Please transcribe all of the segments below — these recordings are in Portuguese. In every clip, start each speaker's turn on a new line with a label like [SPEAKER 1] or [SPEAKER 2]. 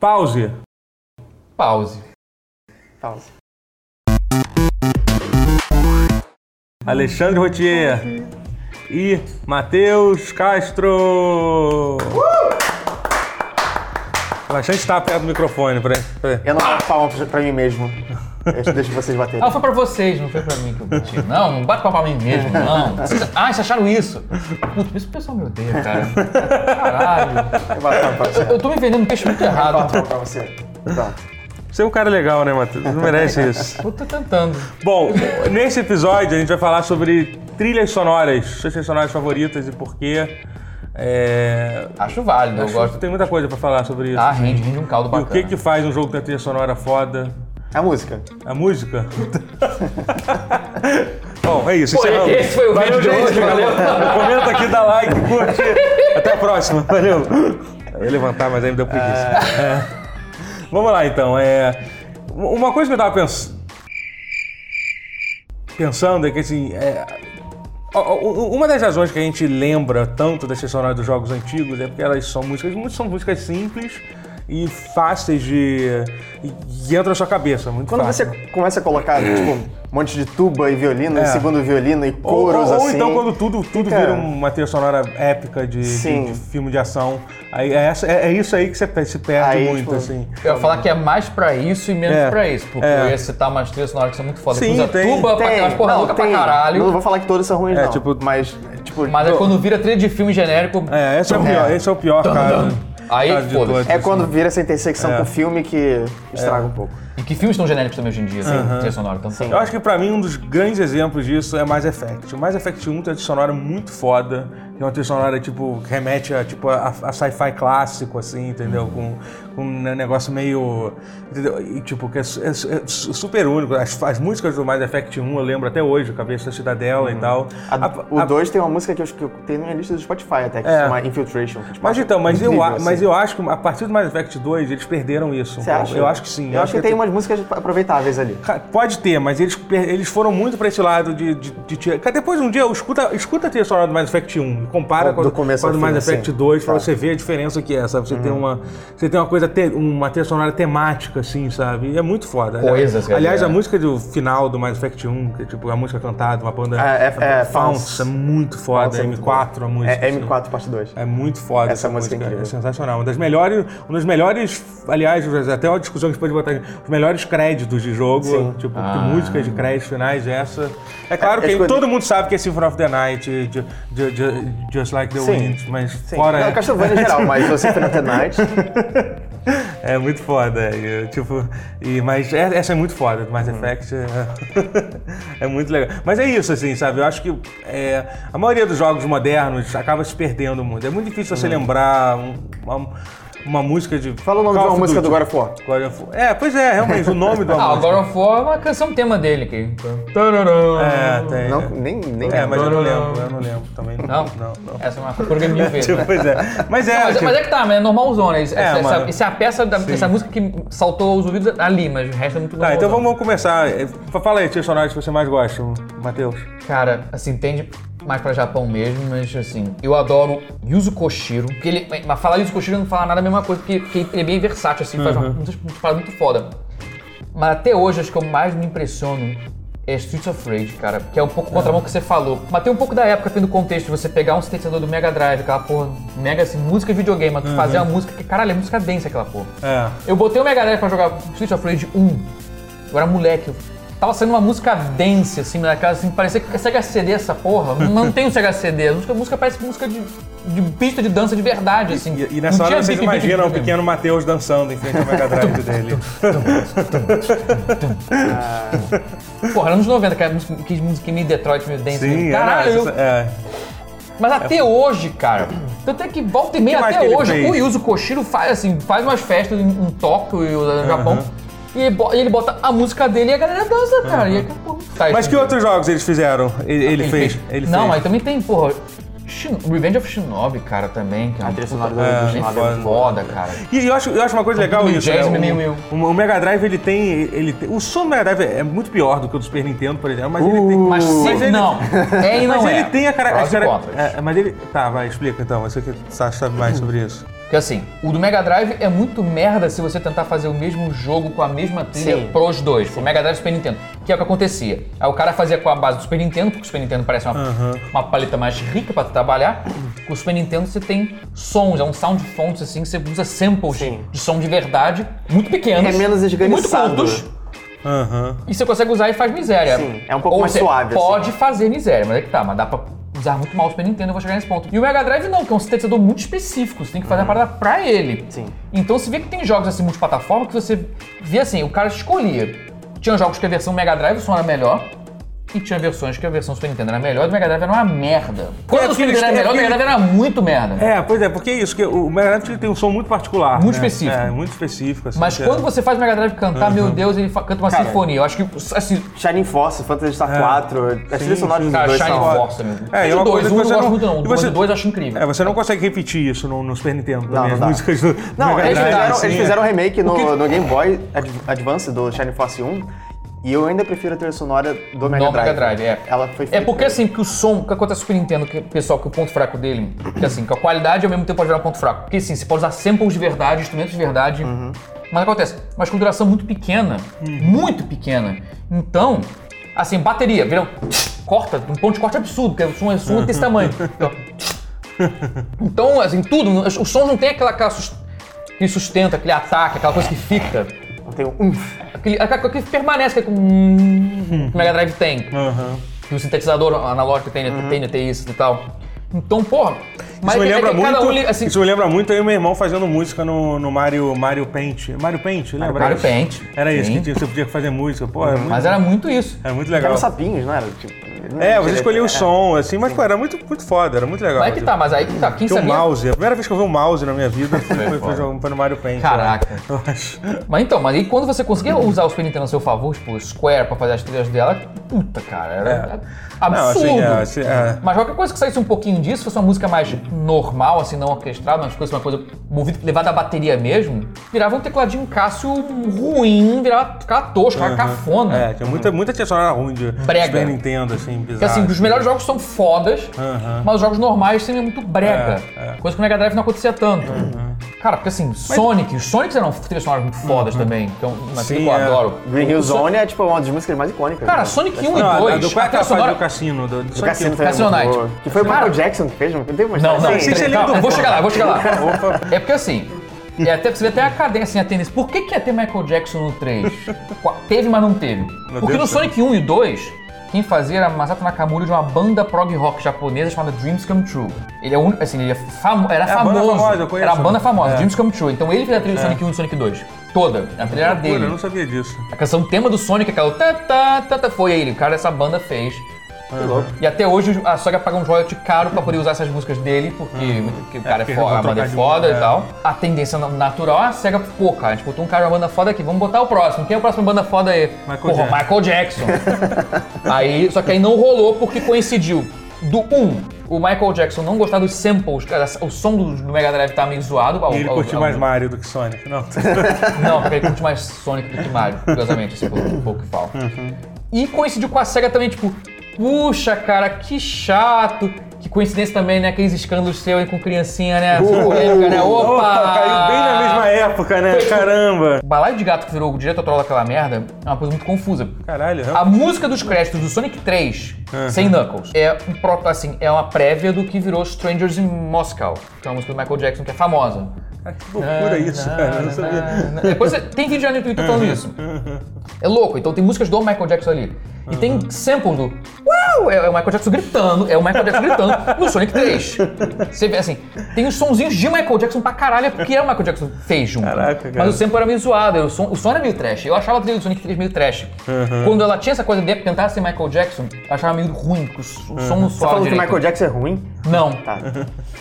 [SPEAKER 1] Pause.
[SPEAKER 2] Pause.
[SPEAKER 3] Pause.
[SPEAKER 1] Alexandre Rotier. E Matheus Castro. Bastante tapa perto do microfone, peraí. peraí.
[SPEAKER 3] Eu não bato palma pra- pra mim mesmo. Eu deixo vocês baterem.
[SPEAKER 2] Ah, foi pra vocês, não foi pra mim que eu bati. Não, não bate pra mim mesmo, não. Vocês- ah, vocês acharam isso? Putz, por isso que o pessoal me odeia, cara. Caralho.
[SPEAKER 3] Eu bato palma pra você.
[SPEAKER 2] Eu tô me vendendo um peixe muito
[SPEAKER 3] Eu bato
[SPEAKER 2] errado.
[SPEAKER 3] palma pra você. Pronto.
[SPEAKER 1] Você é um cara legal, né, Matheus? Não merece isso.
[SPEAKER 2] Eu tô tentando.
[SPEAKER 1] Bom, nesse episódio a gente vai falar sobre trilhas sonoras, suas trilhas sonoras favoritas e por quê. É...
[SPEAKER 2] Acho válido, eu
[SPEAKER 1] acho que
[SPEAKER 2] gosto.
[SPEAKER 1] Tem muita coisa pra falar sobre isso.
[SPEAKER 2] Ah, rende, rende um caldo
[SPEAKER 1] e o
[SPEAKER 2] bacana.
[SPEAKER 1] que que faz um jogo ter trilha sonora foda?
[SPEAKER 3] É A música.
[SPEAKER 1] A música? Bom, é isso. encerramos.
[SPEAKER 2] Esse foi o vídeo de hoje, valeu.
[SPEAKER 1] Comenta aqui, dá like, curte. Até a próxima, valeu. Eu ia levantar, mas aí me deu preguiça. É. Vamos lá, então. É... Uma coisa que eu tava pens... pensando é que, assim... é, o- o- Uma das razões que a gente lembra tanto das trilhas sonoras dos jogos antigos é porque elas são músicas, muito- são músicas simples e fáceis de. e que entram na sua cabeça. Muito
[SPEAKER 3] Quando
[SPEAKER 1] fácil. É.
[SPEAKER 3] você começa a colocar, tipo, um monte de tuba e violino, e segundo violino, e
[SPEAKER 1] Ou,
[SPEAKER 3] coros
[SPEAKER 1] ou- ou
[SPEAKER 3] assim.
[SPEAKER 1] então quando tudo, tudo
[SPEAKER 3] fica-
[SPEAKER 1] vira uma trilha sonora épica de, de-
[SPEAKER 3] Sim.
[SPEAKER 1] de filme de ação. Aí é, essa- é- é isso aí que você pe- se perde
[SPEAKER 3] Aí,
[SPEAKER 1] muito,
[SPEAKER 3] tipo,
[SPEAKER 1] assim.
[SPEAKER 2] Eu ia falar que é mais pra isso e menos
[SPEAKER 1] É.
[SPEAKER 2] pra isso, porque
[SPEAKER 1] É.
[SPEAKER 2] eu ia citar umas trilhas sonoras que são muito fodas.
[SPEAKER 1] Sim,
[SPEAKER 2] Usa
[SPEAKER 1] tem-
[SPEAKER 2] tuba pra aquelas porra
[SPEAKER 3] não,
[SPEAKER 2] louca
[SPEAKER 3] tem.
[SPEAKER 2] pra caralho.
[SPEAKER 3] Não vou falar que todas são ruins,
[SPEAKER 1] É,
[SPEAKER 3] não.
[SPEAKER 1] tipo-
[SPEAKER 3] mas, tipo...
[SPEAKER 2] Mas é
[SPEAKER 3] pô,
[SPEAKER 2] quando vira trilha de filme genérico.
[SPEAKER 1] É, esse é o pior,
[SPEAKER 3] É.
[SPEAKER 1] esse é o pior caso.
[SPEAKER 2] Aí,
[SPEAKER 1] caso de
[SPEAKER 2] foda-se.
[SPEAKER 1] todos,
[SPEAKER 3] é
[SPEAKER 1] assim.
[SPEAKER 3] quando vira essa intersecção
[SPEAKER 1] É.
[SPEAKER 3] com o filme que estraga um pouco.
[SPEAKER 2] E que filmes estão genéricos também hoje em dia, assim, trilha sonora. Então,
[SPEAKER 1] Eu acho que pra mim um dos grandes exemplos disso é Mass Effect. O Mass Effect 1 tem uma trilha sonora muito foda, que é uma trilha sonora tipo, que remete a, tipo, a, a sci-fi clássico, assim, entendeu? Com, com um negócio meio. Entendeu? E, tipo, que é, su- é su- é su- super único. As, as músicas do Mass Effect 1 eu lembro até hoje, o Cabeça da Cidadela e tal.
[SPEAKER 3] Uhum. A-
[SPEAKER 1] A-
[SPEAKER 3] o
[SPEAKER 1] a- É.
[SPEAKER 3] 2 tem uma música que eu, acho que eu tenho na minha lista do Spotify até, que se chama Infiltration. que, tipo,
[SPEAKER 1] Mas
[SPEAKER 3] acho
[SPEAKER 1] então, mas, eu,
[SPEAKER 3] incrível,
[SPEAKER 1] a- mas
[SPEAKER 3] assim.
[SPEAKER 1] eu acho que a partir do Mass Effect 2 eles perderam isso. um
[SPEAKER 3] Você
[SPEAKER 1] pouco.
[SPEAKER 3] acha?
[SPEAKER 1] Eu acho que sim.
[SPEAKER 3] Eu acho que tem umas músicas aproveitáveis ali.
[SPEAKER 1] Ca- Pode ter, mas eles, per- eles foram muito pra esse lado de, de, de tirar- Cara, Depois um dia, eu escuta, escuta a trilha sonora do Mass Effect 1 e compara
[SPEAKER 3] Do
[SPEAKER 1] com, a do-
[SPEAKER 3] começo
[SPEAKER 1] com a
[SPEAKER 3] ao
[SPEAKER 1] do
[SPEAKER 3] fim,
[SPEAKER 1] Mass
[SPEAKER 3] assim.
[SPEAKER 1] Effect 2 pra
[SPEAKER 3] Tá. Uhum.
[SPEAKER 1] você ver a diferença que é, sabe? Você, tem, uma, você tem uma coisa, te- uma trilha sonora temática, assim, sabe? E é muito foda.
[SPEAKER 2] Coisas, cara.
[SPEAKER 1] Aliás, a
[SPEAKER 3] é.
[SPEAKER 1] música do final do Mass Effect 1, que é tipo a música cantada, uma banda...
[SPEAKER 3] É, é- é,
[SPEAKER 1] Founce,
[SPEAKER 3] Founce.
[SPEAKER 1] é muito foda.
[SPEAKER 3] Founce é muito
[SPEAKER 1] M4 a música.
[SPEAKER 3] É
[SPEAKER 1] assim.
[SPEAKER 3] M4 parte 2.
[SPEAKER 1] É muito foda
[SPEAKER 3] Essa música é incrível.
[SPEAKER 1] É sensacional. Uma das melhores, uma das melhores, aliás, até uma discussão que a gente pode botar aqui, os melhores créditos de jogo, tipo, que músicas de créditos finais, essa. É claro
[SPEAKER 3] É,
[SPEAKER 1] que
[SPEAKER 3] é escolhi-
[SPEAKER 1] todo mundo sabe que é Symphony of the Night, de, de- de- Just Like the
[SPEAKER 3] Sim.
[SPEAKER 1] Wind, mas
[SPEAKER 3] Sim.
[SPEAKER 1] fora...
[SPEAKER 3] Não, Castlevania em geral, mas o Symphony of the Night.
[SPEAKER 1] É muito foda, e, tipo, e, mas é- essa é muito foda, do Mass
[SPEAKER 3] Uhum.
[SPEAKER 1] Effect é, é muito legal. Mas é isso, assim, sabe? Eu acho que é, a maioria dos jogos modernos acaba se perdendo muito. É muito difícil você lembrar um- uma, uma música de.
[SPEAKER 3] Uhum. Fala o nome de
[SPEAKER 1] Call
[SPEAKER 3] uma
[SPEAKER 1] of
[SPEAKER 3] música do
[SPEAKER 1] Duty.
[SPEAKER 3] God of War.
[SPEAKER 1] God of War. É, pois é, realmente, o nome do
[SPEAKER 2] Ah, o
[SPEAKER 1] música.
[SPEAKER 2] God of War é uma canção tema dele aqui.
[SPEAKER 1] É, tem.
[SPEAKER 3] Não, nem, nem
[SPEAKER 1] é, mas eu não
[SPEAKER 2] não,
[SPEAKER 1] lembro,
[SPEAKER 2] não.
[SPEAKER 1] eu não lembro também.
[SPEAKER 2] Não?
[SPEAKER 1] Não, não.
[SPEAKER 2] Essa é uma coisa mil vezes.
[SPEAKER 1] Tipo,
[SPEAKER 2] né?
[SPEAKER 1] pois é. Mas é.
[SPEAKER 2] Mas,
[SPEAKER 1] tipo,
[SPEAKER 2] mas é que tá, mas é normalzona. Isso, essa, essa-
[SPEAKER 1] mano.
[SPEAKER 2] isso é a peça, da, essa música que saltou aos ouvidos ali, mas o resto é muito
[SPEAKER 1] Tá, então
[SPEAKER 2] normalzona.
[SPEAKER 1] vamos começar. É, Fala aí, trilhas sonoras que você mais gosta, Matheus.
[SPEAKER 2] Cara, assim, tende mais pra Japão mesmo, mas assim, eu adoro Yuzo Koshiro. Porque ele, mas falar Yuzo Koshiro não falar nada é a mesma coisa, porque, porque ele é bem versátil, assim, faz uma- muitas muitas paradas muito foda. Mas até hoje, acho que eu mais me impressiono é Streets of Rage, cara, que é um pouco contra a mão que você falou. Mas tem um pouco da época, assim, do contexto, de você pegar um sintetizador do Mega Drive, aquela porra, mega, assim, música de videogame, mas tu fazer uma música que, caralho, é música densa aquela porra.
[SPEAKER 1] É.
[SPEAKER 2] Eu botei o Mega Drive pra jogar Street of Rage 1. Eu era moleque. Eu tava sendo uma música dance, assim, na casa, assim, parecia que é Sega CD essa porra. Mas não tem um Sega CD. A música, a música parece música de, de pista de dança de verdade, assim.
[SPEAKER 1] E, e nessa
[SPEAKER 2] Não
[SPEAKER 1] hora
[SPEAKER 2] tinha
[SPEAKER 1] vocês
[SPEAKER 2] bip, bip, bip,
[SPEAKER 1] imaginam o
[SPEAKER 2] bip.
[SPEAKER 1] pequeno Matheus dançando em frente ao Mega Drive
[SPEAKER 2] Então,
[SPEAKER 1] dele.
[SPEAKER 2] Porra, anos 90, cara, música, que música meio Detroit, meio dance.
[SPEAKER 1] Sim,
[SPEAKER 2] meio...
[SPEAKER 1] é,
[SPEAKER 2] Caralho,
[SPEAKER 1] não,
[SPEAKER 2] eu-
[SPEAKER 1] essa- é.
[SPEAKER 2] Mas até hoje, cara. Tanto é que volta e meia
[SPEAKER 1] que mais
[SPEAKER 2] até
[SPEAKER 1] que ele
[SPEAKER 2] hoje.
[SPEAKER 1] fez?
[SPEAKER 2] O Yuzo Koshiro faz, assim, faz umas festas em, em Tóquio e no Japão. E ele, bo- e ele bota a música dele e a galera dança, cara. E é que, pô, tá,
[SPEAKER 1] Mas
[SPEAKER 2] isso
[SPEAKER 1] que
[SPEAKER 2] mesmo.
[SPEAKER 1] outros jogos eles fizeram? Ele, ele fez? Ele
[SPEAKER 2] Ah, não, aí
[SPEAKER 1] fez.
[SPEAKER 2] também tem, porra. Shin- Revenge of Shinobi, cara, também. Que é um
[SPEAKER 3] trilha
[SPEAKER 2] puta-
[SPEAKER 3] sonora do- do
[SPEAKER 2] é,
[SPEAKER 3] Shinobi
[SPEAKER 2] foda,
[SPEAKER 3] é
[SPEAKER 2] cara.
[SPEAKER 1] E eu acho, eu acho uma coisa legal
[SPEAKER 2] tudo
[SPEAKER 1] isso,
[SPEAKER 2] jazz,
[SPEAKER 1] né?
[SPEAKER 2] meio-
[SPEAKER 1] O-
[SPEAKER 2] meio-
[SPEAKER 1] O, o Mega Drive, ele tem, ele tem- O som do Mega Drive é muito pior do que o do Super Nintendo, por exemplo, mas ele tem...
[SPEAKER 2] Uh, Mas se
[SPEAKER 1] ele-
[SPEAKER 2] não, é e não
[SPEAKER 1] Mas
[SPEAKER 2] é.
[SPEAKER 1] ele tem a é,
[SPEAKER 2] Prós e
[SPEAKER 1] característica...
[SPEAKER 2] contras.
[SPEAKER 1] mas ele... Tá, vai, explica então. Você que sabe mais sobre isso.
[SPEAKER 2] Porque Que assim, o do Mega Drive é muito merda se você tentar fazer o mesmo jogo com a mesma trilha
[SPEAKER 3] Sim.
[SPEAKER 2] pros dois, pro Mega Drive e Super Nintendo. Que é o que acontecia. Aí o cara fazia com a base do Super Nintendo, porque o Super Nintendo parece uma, uma paleta mais rica pra tu trabalhar. Com o Super Nintendo você tem sons, é um sound fonts assim, que você usa samples
[SPEAKER 3] Sim.
[SPEAKER 2] de som de verdade, muito pequenos.
[SPEAKER 3] É menos esganiçado.
[SPEAKER 2] Muito
[SPEAKER 3] né?
[SPEAKER 2] curtos.
[SPEAKER 1] Aham.
[SPEAKER 2] E você consegue usar e faz miséria.
[SPEAKER 3] Sim, é um pouco
[SPEAKER 2] Ou
[SPEAKER 3] mais
[SPEAKER 2] você
[SPEAKER 3] suave,
[SPEAKER 2] Pode fazer miséria, mas é que tá, mas dá pra usar muito mal o Super Nintendo, eu vou chegar nesse ponto. E o Mega Drive não, que é um sintetizador muito específico, você tem que fazer a parada pra ele.
[SPEAKER 3] Uhum. Sim.
[SPEAKER 2] Então você vê que tem jogos assim multiplataforma que você vê assim, o cara escolhia. Tinha jogos que a versão Mega Drive o som era melhor. E tinha versões que a versão Super Nintendo era melhor, e o Mega Drive era uma merda. Quando
[SPEAKER 1] É,
[SPEAKER 2] o Super
[SPEAKER 1] porque
[SPEAKER 2] Nintendo era
[SPEAKER 1] eles-
[SPEAKER 2] melhor,
[SPEAKER 1] é
[SPEAKER 2] o Mega
[SPEAKER 1] porque-
[SPEAKER 2] Drive era muito merda.
[SPEAKER 1] É, pois é, porque é isso, que o Mega Drive tem um som muito particular.
[SPEAKER 2] Muito
[SPEAKER 1] né?
[SPEAKER 2] específico.
[SPEAKER 1] É, muito específico. Assim,
[SPEAKER 2] Mas
[SPEAKER 1] que é-
[SPEAKER 2] quando você faz o Mega Drive cantar, meu Deus, ele fa- canta uma
[SPEAKER 3] Uhum. Cara,
[SPEAKER 2] sinfonia. Eu acho que, assim,
[SPEAKER 3] Shining Force, Phantasy
[SPEAKER 1] É.
[SPEAKER 3] Star é 4, as trilhas sonoras dos
[SPEAKER 2] Cara,
[SPEAKER 3] dois
[SPEAKER 2] Shine
[SPEAKER 3] são...
[SPEAKER 1] foda.
[SPEAKER 2] Force,
[SPEAKER 1] É,
[SPEAKER 2] meu. É,
[SPEAKER 1] e
[SPEAKER 2] e
[SPEAKER 1] uma
[SPEAKER 2] o dois,
[SPEAKER 1] coisa
[SPEAKER 2] um
[SPEAKER 1] que
[SPEAKER 2] eu não
[SPEAKER 1] você
[SPEAKER 2] gosto
[SPEAKER 1] não-
[SPEAKER 2] muito não, o
[SPEAKER 1] e
[SPEAKER 2] dois
[SPEAKER 1] você-
[SPEAKER 2] o dois eu acho incrível.
[SPEAKER 1] É, você não consegue repetir isso no, no Super Nintendo também,
[SPEAKER 3] Não, não
[SPEAKER 1] as
[SPEAKER 3] dá.
[SPEAKER 1] músicas do do
[SPEAKER 3] Não,
[SPEAKER 1] Mega
[SPEAKER 3] eles
[SPEAKER 1] Drive,
[SPEAKER 3] fizeram,
[SPEAKER 1] assim,
[SPEAKER 3] eles
[SPEAKER 1] é.
[SPEAKER 3] fizeram um remake no,
[SPEAKER 2] O que-
[SPEAKER 3] no Game Boy Ad- Advance do Shining Force 1 e eu ainda prefiro a trilha sonora do Mega
[SPEAKER 2] Não,
[SPEAKER 3] Drive.
[SPEAKER 2] Mega Drive, é.
[SPEAKER 3] Ela foi
[SPEAKER 2] É
[SPEAKER 3] feita-
[SPEAKER 2] porque assim, que o som, o que acontece com o Super Nintendo, que, pessoal, que o ponto fraco dele, que assim, que a qualidade ao mesmo tempo pode virar um ponto fraco. Porque assim, você pode usar samples de verdade, instrumentos de verdade, mas acontece, mas com duração muito pequena, muito pequena. Então, assim, bateria, vira um corta, um ponto de corte absurdo, porque o som é absurdo desse tamanho. Então, assim, tudo, os sons não tem aquela, aquela sus- que sustenta, aquele ataque, aquela coisa que fica.
[SPEAKER 3] Não tem um... umf.
[SPEAKER 2] Aquele, aquela coisa que permanece, que é com-
[SPEAKER 1] Uhum.
[SPEAKER 2] que o Mega Drive tem.
[SPEAKER 1] Aham.
[SPEAKER 2] E o sintetizador analógico tem, tem, tem isso e tal. Então, porra. Mas
[SPEAKER 1] Uhum. Isso me
[SPEAKER 2] é que
[SPEAKER 1] lembra
[SPEAKER 2] cada
[SPEAKER 1] muito.
[SPEAKER 2] um li- assim,
[SPEAKER 1] Isso me lembra muito eu e meu irmão fazendo música no, no Mario, Mario Paint. Mario Paint, lembra?
[SPEAKER 2] Mario
[SPEAKER 1] isso?
[SPEAKER 2] Paint,
[SPEAKER 1] Era isso,
[SPEAKER 2] sim. Uhum.
[SPEAKER 1] que tinha- você podia fazer música, pô, era muito,
[SPEAKER 2] Mas era muito isso.
[SPEAKER 1] era muito
[SPEAKER 3] Eram
[SPEAKER 1] legal.
[SPEAKER 3] sapinhos, não era? Tipo, não
[SPEAKER 1] É,
[SPEAKER 3] era
[SPEAKER 1] você
[SPEAKER 3] direito,
[SPEAKER 1] escolhia
[SPEAKER 3] é.
[SPEAKER 1] o som, assim, mas pô, era muito, muito foda, era muito legal.
[SPEAKER 2] Mas é que tá, mas aí que tá. Quem
[SPEAKER 1] Tinha um
[SPEAKER 2] sabia?
[SPEAKER 1] mouse, a primeira vez que eu vi um mouse na minha vida foi, foi,
[SPEAKER 2] foda.
[SPEAKER 1] foi, foi no Mario Paint.
[SPEAKER 2] Caraca.
[SPEAKER 1] né? Eu acho.
[SPEAKER 2] Mas então, mas aí quando você conseguia usar o Super Nintendo a seu favor, tipo, o Square pra fazer as trilhas dela, puta, cara, era era
[SPEAKER 1] É. Não,
[SPEAKER 2] absurdo.
[SPEAKER 1] assim, é, assim, é.
[SPEAKER 2] Mas qualquer coisa que saísse um pouquinho disso, fosse uma música mais normal, assim, não orquestrada, mas fosse uma coisa movida, levada à bateria mesmo, virava um tecladinho Cássio ruim, virava ficava tosco, ficava cafona.
[SPEAKER 1] É, tinha muita, muita tia sonora ruim de
[SPEAKER 2] Brega.
[SPEAKER 1] Super Nintendo, assim, bizarro.
[SPEAKER 2] Porque assim, os melhores jogos são fodas, mas os jogos normais sempre é muito brega.
[SPEAKER 1] É,
[SPEAKER 2] Coisa que o Mega Drive não acontecia tanto. Cara, porque assim, Sonic, os Sonics eram trilhas sonoras muito fodas também. Então, uma
[SPEAKER 1] Sim,
[SPEAKER 2] trilha que eu
[SPEAKER 1] é.
[SPEAKER 2] adoro.
[SPEAKER 3] Green Hill Zone é tipo uma das músicas mais icônicas.
[SPEAKER 2] Cara,
[SPEAKER 3] né?
[SPEAKER 2] Sonic 1 e
[SPEAKER 1] Não, a- a
[SPEAKER 2] 2.
[SPEAKER 1] do, qual é
[SPEAKER 2] a trilha
[SPEAKER 1] aquela fase
[SPEAKER 2] sonora-
[SPEAKER 1] do cassino? Do, do
[SPEAKER 3] O Cassino
[SPEAKER 1] Cassino.
[SPEAKER 3] também é
[SPEAKER 2] Cassino
[SPEAKER 3] muito boa.
[SPEAKER 2] Night.
[SPEAKER 3] Que foi o
[SPEAKER 2] Cara-
[SPEAKER 3] Michael Jackson que fez, não tem
[SPEAKER 2] Não,
[SPEAKER 3] uma história
[SPEAKER 2] não,
[SPEAKER 3] assim.
[SPEAKER 1] Sim, sim,
[SPEAKER 2] peraí,
[SPEAKER 1] lembra
[SPEAKER 2] calma,
[SPEAKER 1] do-
[SPEAKER 2] eu vou chegar lá, eu vou chegar lá.
[SPEAKER 1] Opa.
[SPEAKER 2] É porque assim, é até, você vê até a cadência, assim, a tendência. Por que, que ia ter Michael Jackson no 3? Qua- teve, mas não teve. Porque
[SPEAKER 1] Deus
[SPEAKER 2] no
[SPEAKER 1] do céu.
[SPEAKER 2] Sonic 1 e 2, quem fazia era Masato Nakamura de uma banda prog rock japonesa chamada Dreams Come True. Ele é o único, assim, ele é famo, era
[SPEAKER 1] a banda
[SPEAKER 2] famoso.
[SPEAKER 1] famosa, eu conheço.
[SPEAKER 2] era a banda famosa,
[SPEAKER 1] É.
[SPEAKER 2] Dreams Come True. Então ele fez a trilha do Sonic 1 e do Sonic 2. Toda. A trilha era
[SPEAKER 1] Pô, eu
[SPEAKER 2] dele.
[SPEAKER 1] não sabia disso.
[SPEAKER 2] A canção tema do Sonic, aquela tá, tá, tá, tá, foi ele, o cara dessa banda fez. E até hoje a Sega paga um royalty caro pra poder usar essas músicas dele, porque, porque o cara
[SPEAKER 1] Uhum.
[SPEAKER 2] é,
[SPEAKER 1] porque
[SPEAKER 2] foda,
[SPEAKER 1] vão
[SPEAKER 2] a banda é
[SPEAKER 1] trocar de
[SPEAKER 2] foda
[SPEAKER 1] música,
[SPEAKER 2] e
[SPEAKER 1] é.
[SPEAKER 2] tal. A tendência na- natural, é a Sega, pô, cara, a gente botou um cara na banda foda aqui, vamos botar o próximo. Quem é o próximo banda foda aí?
[SPEAKER 1] Michael
[SPEAKER 2] Porra,
[SPEAKER 1] Jackson.
[SPEAKER 2] Michael Jackson. aí, só que aí não rolou porque coincidiu. Do 1, um, o Michael Jackson não gostar dos samples, cara, o som do, do Mega Drive tá meio zoado. ao-
[SPEAKER 1] E ele
[SPEAKER 2] ao-
[SPEAKER 1] curtiu
[SPEAKER 2] ao-
[SPEAKER 1] mais Mario do que Sonic. Não.
[SPEAKER 2] não, porque ele curte mais Sonic do que Mario, curiosamente, esse pouco, pouco que fala. E coincidiu com a SEGA também, tipo, puxa, cara, que chato. Que coincidência também, né? Aqueles escândalos seus aí com criancinha, né? Essa polêmica, né? Opa!
[SPEAKER 1] Caiu bem na mesma época, né? Caramba!
[SPEAKER 2] Balaio de gato que virou o diretor autoral daquela merda é uma coisa muito confusa.
[SPEAKER 1] Caralho,
[SPEAKER 2] A música dos créditos do Sonic 3, sem Knuckles, é um proto, assim, é uma prévia do que virou Strangers in Moscow, que é uma música do Michael Jackson que é famosa.
[SPEAKER 1] que loucura isso, cara. Eu não sabia.
[SPEAKER 2] Depois você- É tem vídeo já no Twitter falando isso. É louco, então tem músicas do Michael Jackson ali. E tem samples do Uau! É é o Michael Jackson gritando, é o Michael Jackson gritando no Sonic 3. Você vê assim, tem os sonzinhos de Michael Jackson pra caralho, é porque é o Michael Jackson fez junto.
[SPEAKER 1] Caraca, cara.
[SPEAKER 2] Mas o sample era meio zoado, o som, o som era meio trash. Eu achava a trilha do Sonic 3 meio trash. Quando ela tinha essa coisa de tentar ser Michael Jackson, eu achava meio ruim, porque o som não soava
[SPEAKER 3] Você falou Tá que o
[SPEAKER 2] direito.
[SPEAKER 3] Michael Jackson é ruim?
[SPEAKER 2] Não.
[SPEAKER 3] Tá.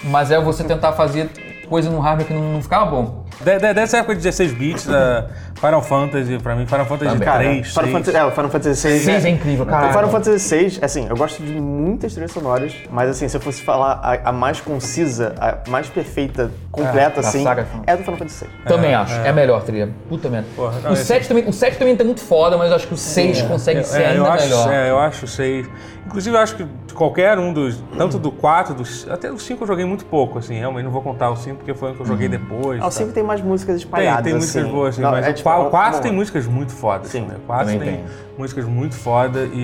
[SPEAKER 2] Mas é você tentar fazer coisa no hardware que não, não ficava bom.
[SPEAKER 1] De- de- Dessa época de 16 bits, da Final Fantasy, pra mim, Final Fantasy
[SPEAKER 2] Também.
[SPEAKER 3] Cara,
[SPEAKER 1] 3,
[SPEAKER 3] Final
[SPEAKER 1] 6.
[SPEAKER 3] Fantasy, é, o Final Fantasy VI.
[SPEAKER 2] Seis é incrível, cara.
[SPEAKER 3] O Final Fantasy VI, assim, eu gosto de muitas trilhas sonoras, mas assim, se eu fosse falar a, a mais concisa, a mais perfeita, completa,
[SPEAKER 2] da
[SPEAKER 3] assim,
[SPEAKER 2] saga Final
[SPEAKER 3] é do Final Fantasy VI.
[SPEAKER 2] Também acho. É. a melhor trilha. Puta merda.
[SPEAKER 1] Porra, não,
[SPEAKER 2] o,
[SPEAKER 1] esse-
[SPEAKER 2] 7 também, o 7 também tá muito foda, mas eu acho que o 6 consegue
[SPEAKER 1] É,
[SPEAKER 2] ser
[SPEAKER 1] é,
[SPEAKER 2] ainda
[SPEAKER 1] eu acho,
[SPEAKER 2] melhor.
[SPEAKER 1] É, eu acho seis. Inclusive, eu acho que qualquer um dos. Tanto do 4, dos, até do 5 eu joguei muito pouco, assim. Realmente não vou contar o 5 porque foi o que eu joguei depois.
[SPEAKER 3] Ah, o
[SPEAKER 1] tá?
[SPEAKER 3] 5 tem mais músicas
[SPEAKER 1] Tem,
[SPEAKER 3] espalhadas,
[SPEAKER 1] tem músicas
[SPEAKER 3] assim.
[SPEAKER 1] boas, sim,
[SPEAKER 3] Não,
[SPEAKER 1] mas
[SPEAKER 3] é
[SPEAKER 1] o
[SPEAKER 3] tipo,
[SPEAKER 1] 4
[SPEAKER 3] um-
[SPEAKER 1] tem músicas muito fodas.
[SPEAKER 3] Sim,
[SPEAKER 1] né? O 4 tem,
[SPEAKER 2] também tem.
[SPEAKER 1] músicas muito foda e.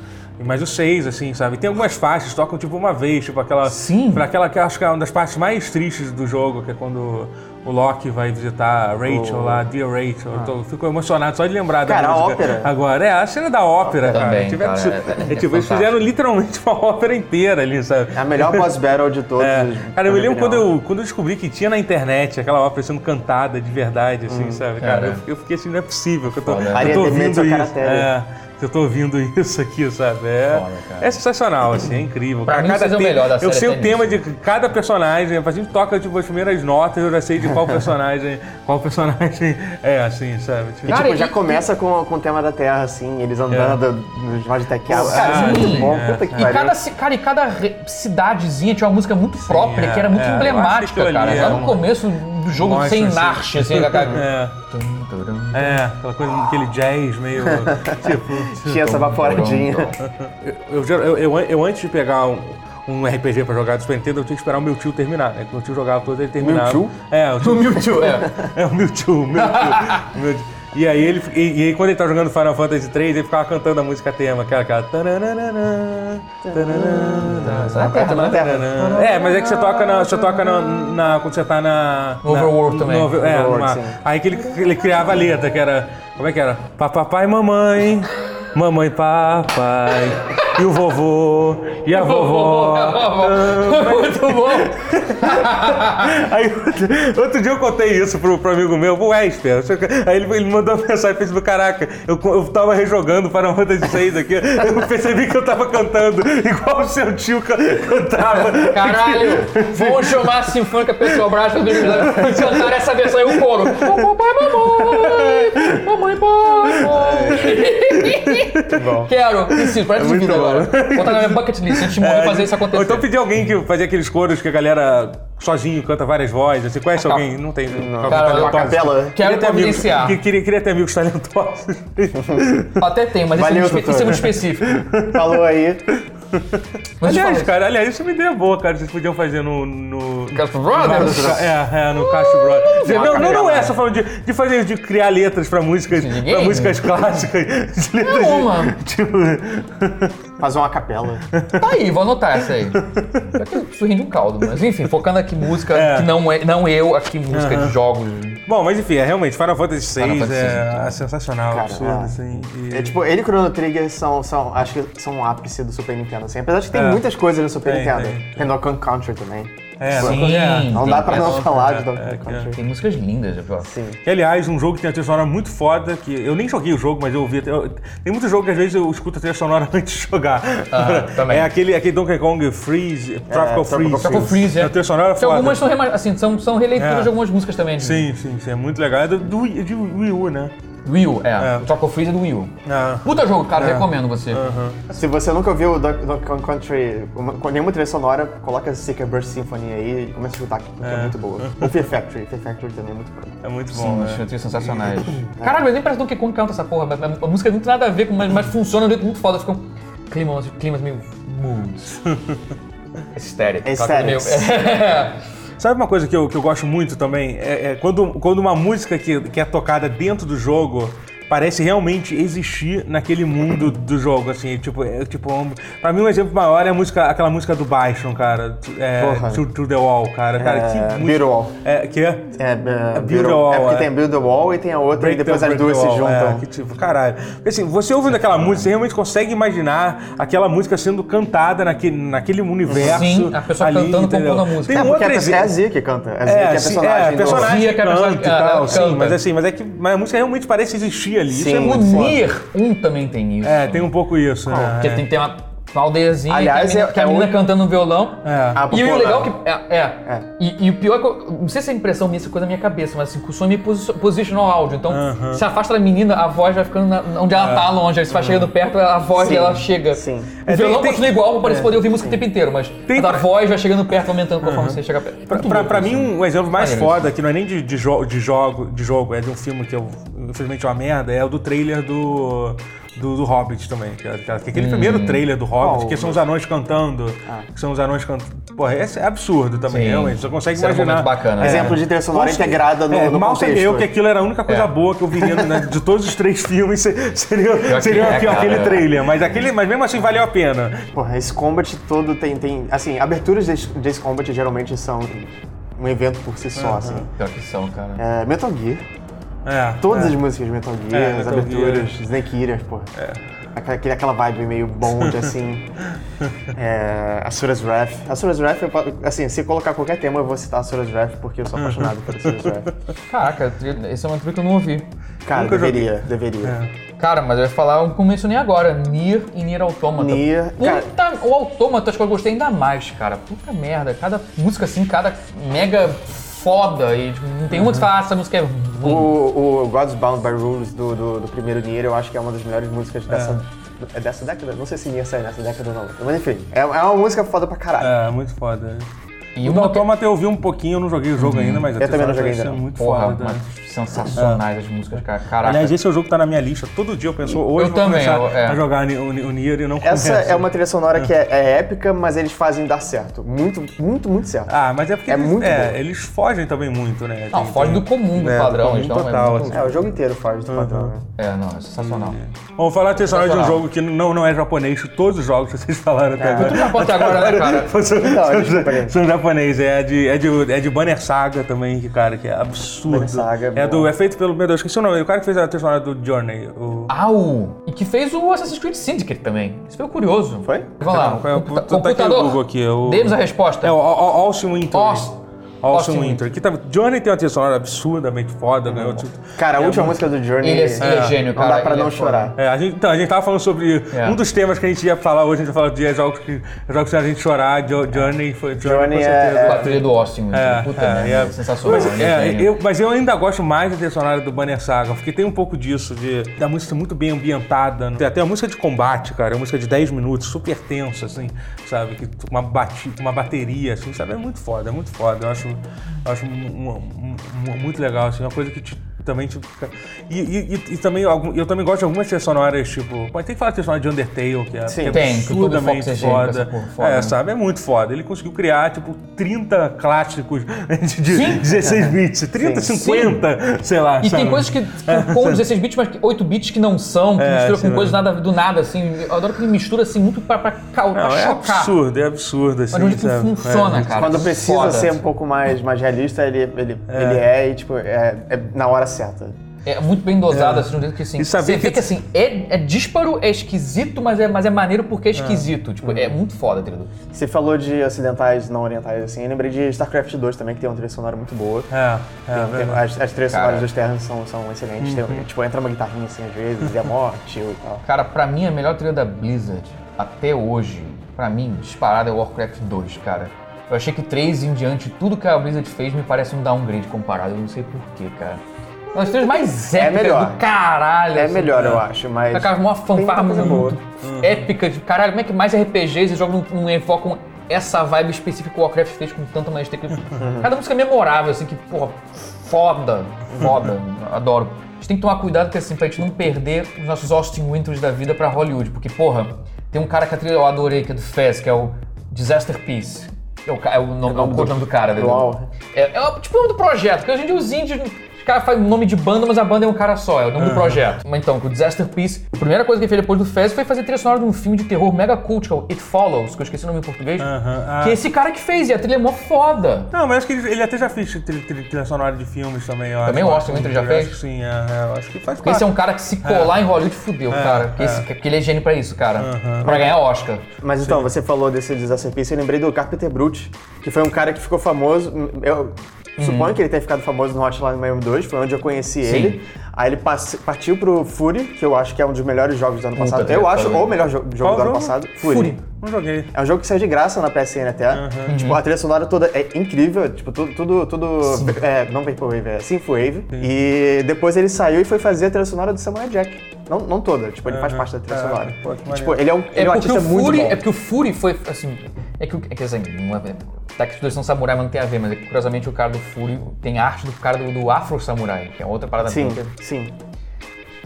[SPEAKER 1] e- Mas o 6, assim, sabe? Tem algumas faixas, que tocam tipo uma vez, tipo aquela.
[SPEAKER 2] Sim.
[SPEAKER 1] pra Aquela que eu acho que é uma das partes mais tristes do jogo, que é quando o Loki vai visitar a Rachel lá, Dear Rachel. Eu tô- fico emocionado só de lembrar
[SPEAKER 3] Cara,
[SPEAKER 1] da
[SPEAKER 3] a
[SPEAKER 1] música.
[SPEAKER 3] ópera.
[SPEAKER 1] Agora, é a cena da ópera, cara.
[SPEAKER 2] Também,
[SPEAKER 1] Tiveram-
[SPEAKER 2] cara, é- é-
[SPEAKER 1] é, tipo, eles
[SPEAKER 2] fantástico.
[SPEAKER 1] fizeram literalmente uma ópera inteira ali, sabe?
[SPEAKER 3] É a melhor boss battle de todos. os-
[SPEAKER 1] Cara, eu me
[SPEAKER 3] na
[SPEAKER 1] lembro
[SPEAKER 3] minha opinião.
[SPEAKER 1] quando eu, quando eu descobri que tinha na internet aquela ópera sendo cantada de verdade, assim, sabe? Cara,
[SPEAKER 2] É.
[SPEAKER 1] eu, fiquei- eu fiquei assim, não é possível que eu tô,
[SPEAKER 2] Foda, né?
[SPEAKER 1] que eu
[SPEAKER 3] Maria
[SPEAKER 1] tô
[SPEAKER 3] de
[SPEAKER 1] ouvindo
[SPEAKER 3] Mendes, a
[SPEAKER 1] isso.
[SPEAKER 3] Caratelli.
[SPEAKER 1] É, que eu tô ouvindo isso aqui, sabe? É,
[SPEAKER 2] Foda, cara.
[SPEAKER 1] é sensacional, assim, é incrível.
[SPEAKER 2] Pra
[SPEAKER 1] cara,
[SPEAKER 2] mim, vocês é o
[SPEAKER 1] tema-
[SPEAKER 2] melhor da
[SPEAKER 1] Eu
[SPEAKER 2] série
[SPEAKER 1] sei o
[SPEAKER 2] até
[SPEAKER 1] tema de cada personagem, a gente toca tipo, as primeiras notas, eu já sei de qual personagem, qual personagem é, assim, sabe? Tipo,
[SPEAKER 3] E,
[SPEAKER 2] Cara,
[SPEAKER 3] tipo,
[SPEAKER 2] e-
[SPEAKER 3] já começa com, com o tema da Terra, assim, eles andando nos mais de tequila.
[SPEAKER 2] Cara,
[SPEAKER 3] é
[SPEAKER 2] sim.
[SPEAKER 3] muito bom, puta que
[SPEAKER 2] E
[SPEAKER 3] pariu.
[SPEAKER 2] cada, ci- cara, e cada re- cidadezinha tinha uma música muito própria,
[SPEAKER 1] é,
[SPEAKER 2] que era muito
[SPEAKER 1] é, eu acho que
[SPEAKER 2] emblemática,
[SPEAKER 1] aquilo ali
[SPEAKER 2] cara.
[SPEAKER 1] é
[SPEAKER 2] Lá no
[SPEAKER 1] uma-
[SPEAKER 2] começo do jogo,
[SPEAKER 1] mostra,
[SPEAKER 2] Tipo, sem
[SPEAKER 1] assim.
[SPEAKER 2] narche, assim, cara.
[SPEAKER 1] É, é, aquela coisa, aquele jazz meio, tipo...
[SPEAKER 3] Tinha essa vaporadinha.
[SPEAKER 1] Eu, eu, eu, eu- eu antes de pegar um, um RPG pra jogar do Super Nintendo, eu tinha que esperar o meu tio terminar, né? Meu tio jogava todo, ele terminava.
[SPEAKER 3] Mewtwo?
[SPEAKER 1] É, o
[SPEAKER 2] Do
[SPEAKER 1] tio,
[SPEAKER 2] Mewtwo, é.
[SPEAKER 1] é o meu tio, meu tio. meu tio. E aí, ele, e, e aí, quando ele tava jogando Final Fantasy 3, ele ficava cantando a música tema, aquela. aquela tananana, tananana,
[SPEAKER 2] Tá na terra, né?
[SPEAKER 1] tananana. É, mas é que você toca, na, você toca na, na- quando você tá na. na-
[SPEAKER 2] Overworld também.
[SPEAKER 1] no over- é,
[SPEAKER 3] Overworld,
[SPEAKER 1] numa-
[SPEAKER 3] sim.
[SPEAKER 1] Aí que ele, que ele criava a letra, que era. Como é que era? Pa- Papai e mamãe. Mamãe, e papai. E o vovô. E a vovó.
[SPEAKER 2] Muito bom.
[SPEAKER 1] Aí outro- outro dia eu contei isso pro, pro amigo meu, pro Esper. Aí ele, ele mandou uma mensagem e fez: Caraca, eu, co- eu tava rejogando para uma de seis aqui. Eu percebi que eu tava cantando igual o seu tio ca- cantava.
[SPEAKER 2] Caralho, vamos chamar a Sinfônica Petrobras pra dormir. cantar essa versão aí, o coro. Papai, mamãe, mamãe, papai. Quero, preciso, parece de
[SPEAKER 1] É muito
[SPEAKER 2] vida
[SPEAKER 1] bom.
[SPEAKER 2] agora. Botar na minha bucket list, a gente morre fazer isso acontecer.
[SPEAKER 1] Ou então pedir alguém que fazia aqueles coros que a galera sozinho canta várias vozes. Você conhece alguém? Não tem. Não.
[SPEAKER 2] É, tá. Cara, né?
[SPEAKER 3] Capela.
[SPEAKER 2] Quero providenciar.
[SPEAKER 1] Amigos, que- queria, queria ter amigos talentosos.
[SPEAKER 2] Até tem, mas
[SPEAKER 3] Valeu,
[SPEAKER 2] esse, é muito espe-
[SPEAKER 3] doutor.
[SPEAKER 2] esse é muito específico.
[SPEAKER 3] Falou aí.
[SPEAKER 2] Mas
[SPEAKER 1] Aliás,
[SPEAKER 2] eu
[SPEAKER 1] cara, aliás, é isso me deu boa, cara. Vocês podiam fazer no- no,
[SPEAKER 2] Brothers?
[SPEAKER 1] Ca- É, é, no Castro Brothers. Não, não, não é, só falando de, de fazer, de criar letras pra músicas,
[SPEAKER 2] De
[SPEAKER 1] pra
[SPEAKER 2] game?
[SPEAKER 1] músicas clássicas. De letras
[SPEAKER 2] "Ah, Não,
[SPEAKER 1] de-
[SPEAKER 2] mano.
[SPEAKER 1] tipo,
[SPEAKER 3] Fazer uma capela.
[SPEAKER 2] Tá aí, vou anotar essa aí. Pior que Isso rende um caldo, mas enfim, focando aqui música
[SPEAKER 1] É.
[SPEAKER 2] que não é não eu, aqui música de jogos.
[SPEAKER 1] Bom, mas enfim, é realmente, Final Fantasy VI
[SPEAKER 2] Final Fantasy
[SPEAKER 1] é,
[SPEAKER 2] VI,
[SPEAKER 1] é sensacional,
[SPEAKER 3] Cara,
[SPEAKER 1] absurdo,
[SPEAKER 3] é.
[SPEAKER 1] assim. e-
[SPEAKER 3] É, tipo, ele e Chrono Trigger são, são, acho que são o ápice do Super Nintendo, assim. Apesar de que tem
[SPEAKER 1] É.
[SPEAKER 3] muitas coisas no Super
[SPEAKER 1] Tem,
[SPEAKER 3] Nintendo.
[SPEAKER 1] tem.
[SPEAKER 3] Tem Donkey Kong Country também.
[SPEAKER 1] é,
[SPEAKER 2] Sim.
[SPEAKER 1] é.
[SPEAKER 3] Não
[SPEAKER 2] Tem,
[SPEAKER 3] dá pra
[SPEAKER 2] tem
[SPEAKER 3] não
[SPEAKER 2] essa-
[SPEAKER 3] falar
[SPEAKER 1] é,
[SPEAKER 3] de Donkey
[SPEAKER 1] é,
[SPEAKER 3] Kong Country.
[SPEAKER 2] Tem músicas lindas, eu acho.
[SPEAKER 3] Sim.
[SPEAKER 1] Que, aliás, um jogo que tem uma trilha sonora muito foda, que eu nem joguei o jogo, mas eu ouvi. até- eu- tem muito jogo que às vezes eu escuto a trilha sonora antes de jogar.
[SPEAKER 2] Ah, também.
[SPEAKER 1] É aquele, aquele Donkey Kong Freeze, Tropical
[SPEAKER 3] Tropical
[SPEAKER 1] Freeze.
[SPEAKER 2] É, Tropical Freeze, é.
[SPEAKER 1] A trilha sonora é
[SPEAKER 2] Que
[SPEAKER 1] foda.
[SPEAKER 2] algumas são, rema- assim, são, são releituras
[SPEAKER 1] É.
[SPEAKER 2] de algumas músicas também. de-
[SPEAKER 1] Sim, sim, sim, é muito legal. É do, do Wii- de Wii U, né?
[SPEAKER 2] Do Wii U, é.
[SPEAKER 1] É.
[SPEAKER 2] O Tropical Freeze é do Wii U.
[SPEAKER 1] Ah.
[SPEAKER 2] Puta jogo, cara, recomendo você.
[SPEAKER 3] Se você nunca ouviu o Don- Donkey Kong Country uma- com nenhuma trilha sonora, coloca Seeker Burst Symphony aí e começa a escutar, que é, muito boa. O Fear Factory. Fear Factory também é muito boa.
[SPEAKER 1] É muito
[SPEAKER 2] Sim,
[SPEAKER 1] bom,
[SPEAKER 2] umas
[SPEAKER 1] né?
[SPEAKER 2] trilhas sensacionais.
[SPEAKER 1] É.
[SPEAKER 2] Caralho, nem parece Donkey Kong canta essa porra. mas- mas A música não tem nada a ver com, mas, mas funciona de um jeito muito foda. Fica um clima, climas meio moods. Aesthetic.
[SPEAKER 3] Aesthetics.
[SPEAKER 1] Sabe uma coisa que eu, que eu gosto muito também? É, é quando, quando uma música que, que é tocada dentro do jogo parece realmente existir naquele mundo do jogo, assim, tipo, é, tipo um, pra mim um exemplo maior é a música, aquela música do Bison, cara, é,
[SPEAKER 3] Porra.
[SPEAKER 1] to, To The Wall, cara, cara, que
[SPEAKER 3] É,
[SPEAKER 1] música-
[SPEAKER 3] Build a Wall.
[SPEAKER 1] É, que é?
[SPEAKER 3] É, é,
[SPEAKER 1] Build
[SPEAKER 3] Build
[SPEAKER 1] a
[SPEAKER 3] a-
[SPEAKER 1] Wall,
[SPEAKER 3] é porque
[SPEAKER 1] é.
[SPEAKER 3] tem Build a Wall e tem a outra e
[SPEAKER 1] Break
[SPEAKER 3] depois
[SPEAKER 1] the-
[SPEAKER 3] as
[SPEAKER 1] break
[SPEAKER 3] duas
[SPEAKER 1] the
[SPEAKER 3] se
[SPEAKER 1] wall.
[SPEAKER 3] juntam.
[SPEAKER 1] É, que tipo, caralho. Porque assim, você ouvindo aquela música, você realmente consegue imaginar aquela música sendo cantada naquele, naquele universo.
[SPEAKER 2] Sim, a pessoa
[SPEAKER 1] ali,
[SPEAKER 2] cantando,
[SPEAKER 1] entendeu?
[SPEAKER 2] compondo a música.
[SPEAKER 1] Tem
[SPEAKER 3] É,
[SPEAKER 1] um
[SPEAKER 3] porque
[SPEAKER 1] outro
[SPEAKER 3] é, é a
[SPEAKER 1] exemplo.
[SPEAKER 3] Zia que canta. É a Zia que é a
[SPEAKER 1] É, sim,
[SPEAKER 3] personagem.
[SPEAKER 1] é,
[SPEAKER 3] do-
[SPEAKER 1] personagem
[SPEAKER 2] Zia
[SPEAKER 1] que
[SPEAKER 2] que é a
[SPEAKER 1] canta e
[SPEAKER 2] personagem- é,
[SPEAKER 1] tal,
[SPEAKER 2] é,
[SPEAKER 1] sim,
[SPEAKER 2] canta.
[SPEAKER 1] mas assim, mas é que mas a música realmente parece existir ali, isso é
[SPEAKER 3] Sim.
[SPEAKER 1] muito
[SPEAKER 2] O Nier 1 também tem isso.
[SPEAKER 1] É, tem um pouco isso, né?
[SPEAKER 2] Porque tem, tem uma Valdeirzinha,
[SPEAKER 3] Aliás,
[SPEAKER 2] que a menina,
[SPEAKER 3] é-
[SPEAKER 2] que a
[SPEAKER 3] é
[SPEAKER 2] menina
[SPEAKER 3] hoje-
[SPEAKER 2] cantando violão.
[SPEAKER 1] É.
[SPEAKER 3] Ah,
[SPEAKER 2] E o
[SPEAKER 3] popular.
[SPEAKER 2] legal que. É. é.
[SPEAKER 3] É.
[SPEAKER 2] E, e o pior é que. Eu, não sei se é impressão minha, se é coisa da minha cabeça, mas assim, que o som me posi- posiciona o áudio. Então,
[SPEAKER 1] Aham.
[SPEAKER 2] se afasta da menina, a voz vai ficando na- onde ela tá longe. Aí você vai chegando perto, a voz
[SPEAKER 3] Uhum. Sim,
[SPEAKER 2] dela chega.
[SPEAKER 3] sim.
[SPEAKER 2] O
[SPEAKER 1] É,
[SPEAKER 2] violão
[SPEAKER 1] tem- tem-
[SPEAKER 2] continua igual pra você poder ouvir música o tempo inteiro, mas
[SPEAKER 1] Tem-
[SPEAKER 2] a voz vai chegando perto, aumentando conforme você chega perto.
[SPEAKER 1] Pra,
[SPEAKER 2] Muito
[SPEAKER 1] pra,
[SPEAKER 2] louco,
[SPEAKER 1] pra
[SPEAKER 2] assim.
[SPEAKER 1] mim, um exemplo mais
[SPEAKER 2] Maneiro
[SPEAKER 1] foda, que não é nem de, de, jo- de jogo, de jogo, é de um filme que eu, infelizmente é uma merda, é o do trailer do, do, do Hobbit também. Que, é- que é aquele
[SPEAKER 2] Hum.
[SPEAKER 1] primeiro trailer do Hobbit,
[SPEAKER 3] Qual? Ah.
[SPEAKER 1] que são os anões cantando. Que são os anões cantando. Porra, esse é absurdo também,
[SPEAKER 2] Sim.
[SPEAKER 1] realmente. Você consegue
[SPEAKER 2] Esse era um
[SPEAKER 1] imaginar.
[SPEAKER 2] momento bacana, né?
[SPEAKER 3] Exemplo de trilha sonora
[SPEAKER 1] Nossa,
[SPEAKER 3] integrada no,
[SPEAKER 1] é,
[SPEAKER 3] no
[SPEAKER 1] mal
[SPEAKER 3] contexto. né?
[SPEAKER 1] sabia eu que aquilo era a única coisa
[SPEAKER 2] É.
[SPEAKER 1] boa que eu viria né, de todos os três filmes, se- seria,
[SPEAKER 2] que
[SPEAKER 1] seria
[SPEAKER 2] é,
[SPEAKER 1] aqui-
[SPEAKER 2] cara.
[SPEAKER 1] aquele trailer. Mas, aquele, mas mesmo assim valeu a pena.
[SPEAKER 3] Porra, esse combat todo tem, tem assim, aberturas desse, desse combat geralmente são um evento por si só, assim.
[SPEAKER 2] Pior que são, cara.
[SPEAKER 3] É, Metal Gear.
[SPEAKER 1] É,
[SPEAKER 3] Todas
[SPEAKER 1] é.
[SPEAKER 3] as músicas de Metal Gear,
[SPEAKER 1] É,
[SPEAKER 3] as
[SPEAKER 1] Metal É.
[SPEAKER 3] aberturas, Snake Eater, porra. Aquela, aquele- aquela vibe meio bonde, assim. é, Asura's Wrath. Asura's Wrath, eu, po- assim, se colocar qualquer tema, eu vou citar Asura's Wrath, porque eu sou
[SPEAKER 1] Uhum.
[SPEAKER 3] apaixonado por Asura's Wrath.
[SPEAKER 2] Caraca, tri- esse é uma trilha que eu não ouvi.
[SPEAKER 3] Cara,
[SPEAKER 1] Nunca joguei. É.
[SPEAKER 3] deveria, deveria.
[SPEAKER 2] Cara, mas eu ia falar um que eu mencionei agora, Nier e Nier Automata.
[SPEAKER 3] Nier, cara-
[SPEAKER 2] Puta, o Automata acho que eu gostei ainda mais, cara. Puta merda, cada música assim, cada mega foda e tipo, não tem
[SPEAKER 1] Uhum.
[SPEAKER 2] uma que fala, ah, essa música é ruim.
[SPEAKER 3] O, o God's Bound by Rules do, do, do primeiro Nier, eu acho que é uma das melhores músicas dessa, é dessa década. Não sei se Nier saiu nessa década ou não. Mas enfim, é, é uma música foda pra caralho.
[SPEAKER 1] É, muito foda.
[SPEAKER 2] E
[SPEAKER 1] o
[SPEAKER 2] uma
[SPEAKER 1] do
[SPEAKER 2] que- é
[SPEAKER 1] Automata eu ouvi um pouquinho, eu não joguei o jogo ainda, mas até
[SPEAKER 3] também não
[SPEAKER 1] agora
[SPEAKER 3] joguei
[SPEAKER 1] isso
[SPEAKER 3] ainda,
[SPEAKER 1] é
[SPEAKER 3] não.
[SPEAKER 1] muito
[SPEAKER 2] Porra,
[SPEAKER 1] foda.
[SPEAKER 2] mas sensacionais as músicas, cara. Caraca.
[SPEAKER 1] Aliás, esse é o jogo que tá na minha lista. Todo dia eu penso, hoje eu, vou
[SPEAKER 2] também,
[SPEAKER 1] começar
[SPEAKER 2] eu- é.
[SPEAKER 1] a jogar o, o Nier e não
[SPEAKER 3] Essa
[SPEAKER 1] começo.
[SPEAKER 3] é uma trilha sonora que é, é épica, mas eles fazem dar certo. Muito, muito, muito certo.
[SPEAKER 1] Ah, mas é porque
[SPEAKER 3] É
[SPEAKER 1] eles,
[SPEAKER 3] muito
[SPEAKER 1] é,
[SPEAKER 3] bom.
[SPEAKER 1] eles fogem também muito, né?
[SPEAKER 2] não,
[SPEAKER 1] Tem-
[SPEAKER 2] foge
[SPEAKER 1] tem-
[SPEAKER 2] do comum, do
[SPEAKER 1] É,
[SPEAKER 2] padrão.
[SPEAKER 1] comum
[SPEAKER 2] então,
[SPEAKER 1] total, Hum.
[SPEAKER 2] é, muito...
[SPEAKER 1] assim. Uhum.
[SPEAKER 3] É, o jogo inteiro foge do padrão. né?
[SPEAKER 2] é, não, é sensacional.
[SPEAKER 1] Vamos falar a sonora de um
[SPEAKER 2] Sensacional.
[SPEAKER 1] jogo que não, não é japonês, todos os jogos que vocês falaram até
[SPEAKER 2] Tudo
[SPEAKER 1] agora.
[SPEAKER 2] na porta agora, né, cara?
[SPEAKER 1] São,
[SPEAKER 3] desculpa aí.
[SPEAKER 1] são, são japonês, é de, é, de, é de Banner Saga também, que, cara, que é absurdo.
[SPEAKER 3] Banner Saga é
[SPEAKER 1] é, do,
[SPEAKER 3] boa.
[SPEAKER 1] é feito pelo, meu Deus, esqueci o nome, o cara que fez a trilha sonora do Journey, o...
[SPEAKER 2] Au! E que fez o Assassin's Creed Syndicate também. Isso foi curioso.
[SPEAKER 3] Foi?
[SPEAKER 2] Vamos lá.
[SPEAKER 1] Foi o-
[SPEAKER 2] computa-
[SPEAKER 1] tá aqui o Google aqui, é o-
[SPEAKER 2] Demos a resposta.
[SPEAKER 1] É o Al- Austin Winter.
[SPEAKER 2] Austin.
[SPEAKER 1] Austin
[SPEAKER 2] Austin
[SPEAKER 1] Winter.
[SPEAKER 2] Winter.
[SPEAKER 1] Que tá, Johnny tem uma trilha sonora absurdamente foda, ganhou tudo.
[SPEAKER 3] Cara, a
[SPEAKER 1] É,
[SPEAKER 3] última
[SPEAKER 1] muito-
[SPEAKER 3] música do Journey.
[SPEAKER 2] Ele é, ele é gênio,
[SPEAKER 3] não
[SPEAKER 2] cara.
[SPEAKER 3] dá pra
[SPEAKER 2] ele
[SPEAKER 3] não
[SPEAKER 2] é foda.
[SPEAKER 3] chorar.
[SPEAKER 1] É, a gente, então, a gente tava falando sobre
[SPEAKER 2] É.
[SPEAKER 1] um dos temas que a gente ia falar hoje, a gente vai falar de jogos que, jogos que a gente chorar, Jo- Journey foi Johnny,
[SPEAKER 3] Journey
[SPEAKER 1] com
[SPEAKER 3] é-
[SPEAKER 1] certeza.
[SPEAKER 2] A trilha do Austin,
[SPEAKER 1] É,
[SPEAKER 2] puta
[SPEAKER 1] é,
[SPEAKER 2] merda,
[SPEAKER 1] é.
[SPEAKER 2] sensacional.
[SPEAKER 1] Mas,
[SPEAKER 2] né,
[SPEAKER 1] é,
[SPEAKER 2] gênio.
[SPEAKER 1] eu, mas eu ainda gosto mais da trilha sonora do Banner Saga, porque tem um pouco disso, de da música ser muito bem ambientada. né? Tem até a música de combate, cara, é uma música de 10 minutos, super tensa, assim, sabe? Que, com uma, bati, com uma bateria, assim, sabe? É muito foda, é muito foda. Eu acho, eu acho um- um- um- muito legal, assim, uma coisa que te- também te fica- E, e- e- e também, algum- eu também gosto de algumas trilhas sonoras, tipo. Pode ter que falar de trilha sonora de Undertale, que é,
[SPEAKER 3] Sim.
[SPEAKER 1] que é
[SPEAKER 2] Tem, que o Toby
[SPEAKER 1] absurdamente
[SPEAKER 2] Fox é gênio com essa
[SPEAKER 1] foda.
[SPEAKER 2] porra, foda,
[SPEAKER 1] É,
[SPEAKER 2] né?
[SPEAKER 1] sabe? É muito foda. Ele conseguiu criar, tipo, 30 clássicos de, de
[SPEAKER 2] Sim. É.
[SPEAKER 1] 16 bits. 30,
[SPEAKER 3] Sim.
[SPEAKER 1] 50, sei lá.
[SPEAKER 2] E
[SPEAKER 1] sabe?
[SPEAKER 2] tem coisas que tipo, com- com 16 bits, mas que 8 bits que não são, que mistura
[SPEAKER 1] É, sim, é.
[SPEAKER 2] com coisas nada, do nada, assim. Eu adoro que ele mistura assim muito pra, pra, ca- pra
[SPEAKER 1] Não, é
[SPEAKER 2] chocar.
[SPEAKER 1] absurdo, é absurdo, assim.
[SPEAKER 2] Mas de onde que
[SPEAKER 1] sabe?
[SPEAKER 2] funciona, cara?
[SPEAKER 3] Quando
[SPEAKER 2] Isso é
[SPEAKER 3] precisa
[SPEAKER 2] foda.
[SPEAKER 3] ser um pouco mais, mais realista, ele, ele, ele é e, tipo, é, é na hora certa.
[SPEAKER 2] É muito bem dosado, assim, de um jeito que assim.
[SPEAKER 1] E saber
[SPEAKER 2] você vê
[SPEAKER 1] que-
[SPEAKER 2] que assim, é, é dísparo, é esquisito, mas é, mas é maneiro porque é esquisito. Tipo, é muito foda, entendeu?
[SPEAKER 3] Você falou de ocidentais não orientais, assim. Eu lembrei de StarCraft 2 também, que tem uma trilha sonora muito boa.
[SPEAKER 1] É, é,
[SPEAKER 2] um
[SPEAKER 3] Tem- tem-
[SPEAKER 1] verdade.
[SPEAKER 3] as, as trilhas
[SPEAKER 2] Cara.
[SPEAKER 3] sonoras dos Terrans são, são excelentes. Tem- tipo, entra uma guitarrinha assim às vezes, e a morte e tal.
[SPEAKER 2] Cara, pra mim a melhor trilha da Blizzard até hoje, pra mim, disparada é Warcraft 2, cara. Eu achei que 3 em diante, tudo que a Blizzard fez me parece um downgrade comparado, eu não sei porquê, cara. É Uma das trilhas mais épicas
[SPEAKER 3] É melhor.
[SPEAKER 2] do caralho.
[SPEAKER 3] É
[SPEAKER 2] assim,
[SPEAKER 3] melhor, eu
[SPEAKER 2] cara.
[SPEAKER 3] acho, mas.
[SPEAKER 2] Aquela maior Tá fanfarra
[SPEAKER 3] muita coisa
[SPEAKER 2] muito
[SPEAKER 3] boa.
[SPEAKER 2] épica de caralho, como é que mais RPGs e jogos não, não evocam essa vibe específica que o Warcraft fez com tanta maestria? que-
[SPEAKER 3] Uhum.
[SPEAKER 2] Cada música é memorável, assim, que, porra, foda, foda, adoro. A gente tem que tomar cuidado que, assim, pra gente não perder os nossos Austin Winters da vida pra Hollywood, porque, porra, tem um cara que a trilha eu adorei, que é do Fez, que é o Disaster Peace. É o, ca- é o nome, é o codinome do cara, entendeu?
[SPEAKER 3] Uau.
[SPEAKER 2] É, é o- tipo o nome do projeto, porque hoje em dia os índios. Os caras fazem nome de banda, mas a banda é um cara só, é o nome do projeto. Mas então, com o Disaster Peace, a primeira coisa que ele fez depois do Fez foi fazer trilha sonora de um filme de terror mega cult, que é o It Follows, que eu esqueci o nome em português.
[SPEAKER 1] Aham, ah.
[SPEAKER 2] Que é esse cara que fez, e a trilha é mó foda.
[SPEAKER 1] Não, mas acho que ele, ele até já fez tri- tri- trilha sonora de filmes também. Eu
[SPEAKER 2] Também
[SPEAKER 1] acho,
[SPEAKER 2] o Austin Winter já
[SPEAKER 1] Eu
[SPEAKER 2] fez?
[SPEAKER 1] Acho que sim, é, é, eu acho que faz
[SPEAKER 2] Porque
[SPEAKER 1] parte.
[SPEAKER 2] esse é um cara que se colar em Hollywood fudeu, cara. Porque, esse- que ele é gênio pra isso, cara. Pra ganhar Oscar.
[SPEAKER 3] Mas então, você falou desse desacerpice, eu lembrei do Carpenter Brut, que foi um cara que ficou famoso. Eu suponho que ele tenha ficado famoso no Hotline Miami 2, foi onde eu conheci ele. Aí ele passe- partiu pro Fury, que eu acho que é um dos melhores jogos do ano
[SPEAKER 2] Puta,
[SPEAKER 3] passado.
[SPEAKER 2] eu
[SPEAKER 3] Eu
[SPEAKER 2] ia
[SPEAKER 3] acho,
[SPEAKER 2] falar.
[SPEAKER 3] ou o melhor jo- jogo do ano
[SPEAKER 1] jogo?
[SPEAKER 3] passado.
[SPEAKER 2] Fury.
[SPEAKER 1] Não joguei.
[SPEAKER 3] É um jogo que saiu de graça na PSN até. Tipo, a trilha sonora toda é incrível, tipo, tudo. tudo, tudo é, não Vaporwave, é Synthwave. E depois ele saiu e foi fazer a trilha sonora do Samurai Jack. Não, não toda, tipo, ele faz parte da trilha
[SPEAKER 1] Ah,
[SPEAKER 3] sonora.
[SPEAKER 1] pô, que
[SPEAKER 3] E, tipo, ele é um, ele é um
[SPEAKER 2] porque
[SPEAKER 3] artista
[SPEAKER 2] o Fury,
[SPEAKER 3] muito bom.
[SPEAKER 2] é porque o Fury foi assim, é que o- é que assim, não é, é- tá que os dois são samurai, mas não tem a ver, mas é que, curiosamente o cara do Fury tem a arte do cara do, do Afro Samurai, que é outra parada
[SPEAKER 3] Sim,
[SPEAKER 2] minha.
[SPEAKER 3] sim.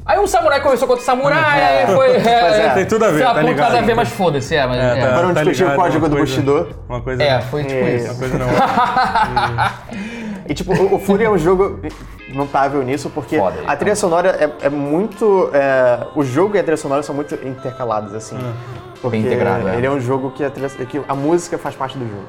[SPEAKER 2] Aí um samurai começou com outro samurai, aí foi
[SPEAKER 3] Pois é.
[SPEAKER 1] Tem tudo a ver,
[SPEAKER 2] sei lá,
[SPEAKER 1] tá
[SPEAKER 2] pô,
[SPEAKER 1] ligado?
[SPEAKER 2] nada a ver, mas foda-se, é, mas é.
[SPEAKER 3] Agora vamos
[SPEAKER 1] tá
[SPEAKER 3] discutir o
[SPEAKER 1] ligado,
[SPEAKER 3] código
[SPEAKER 1] uma
[SPEAKER 3] do
[SPEAKER 1] coisa-
[SPEAKER 3] Bushido.
[SPEAKER 1] Uma coisa.
[SPEAKER 2] É, foi tipo
[SPEAKER 3] É.
[SPEAKER 2] isso.
[SPEAKER 1] Uma coisa não. outra.
[SPEAKER 3] E tipo, o, o Fury é um jogo notável nisso, porque
[SPEAKER 2] Foda,
[SPEAKER 3] a trilha sonora é, é muito. é, o jogo e a trilha sonora são muito intercalados, assim. Porque
[SPEAKER 2] Bem integrado, é.
[SPEAKER 3] ele é um jogo que a, trilha- que a música faz parte do jogo.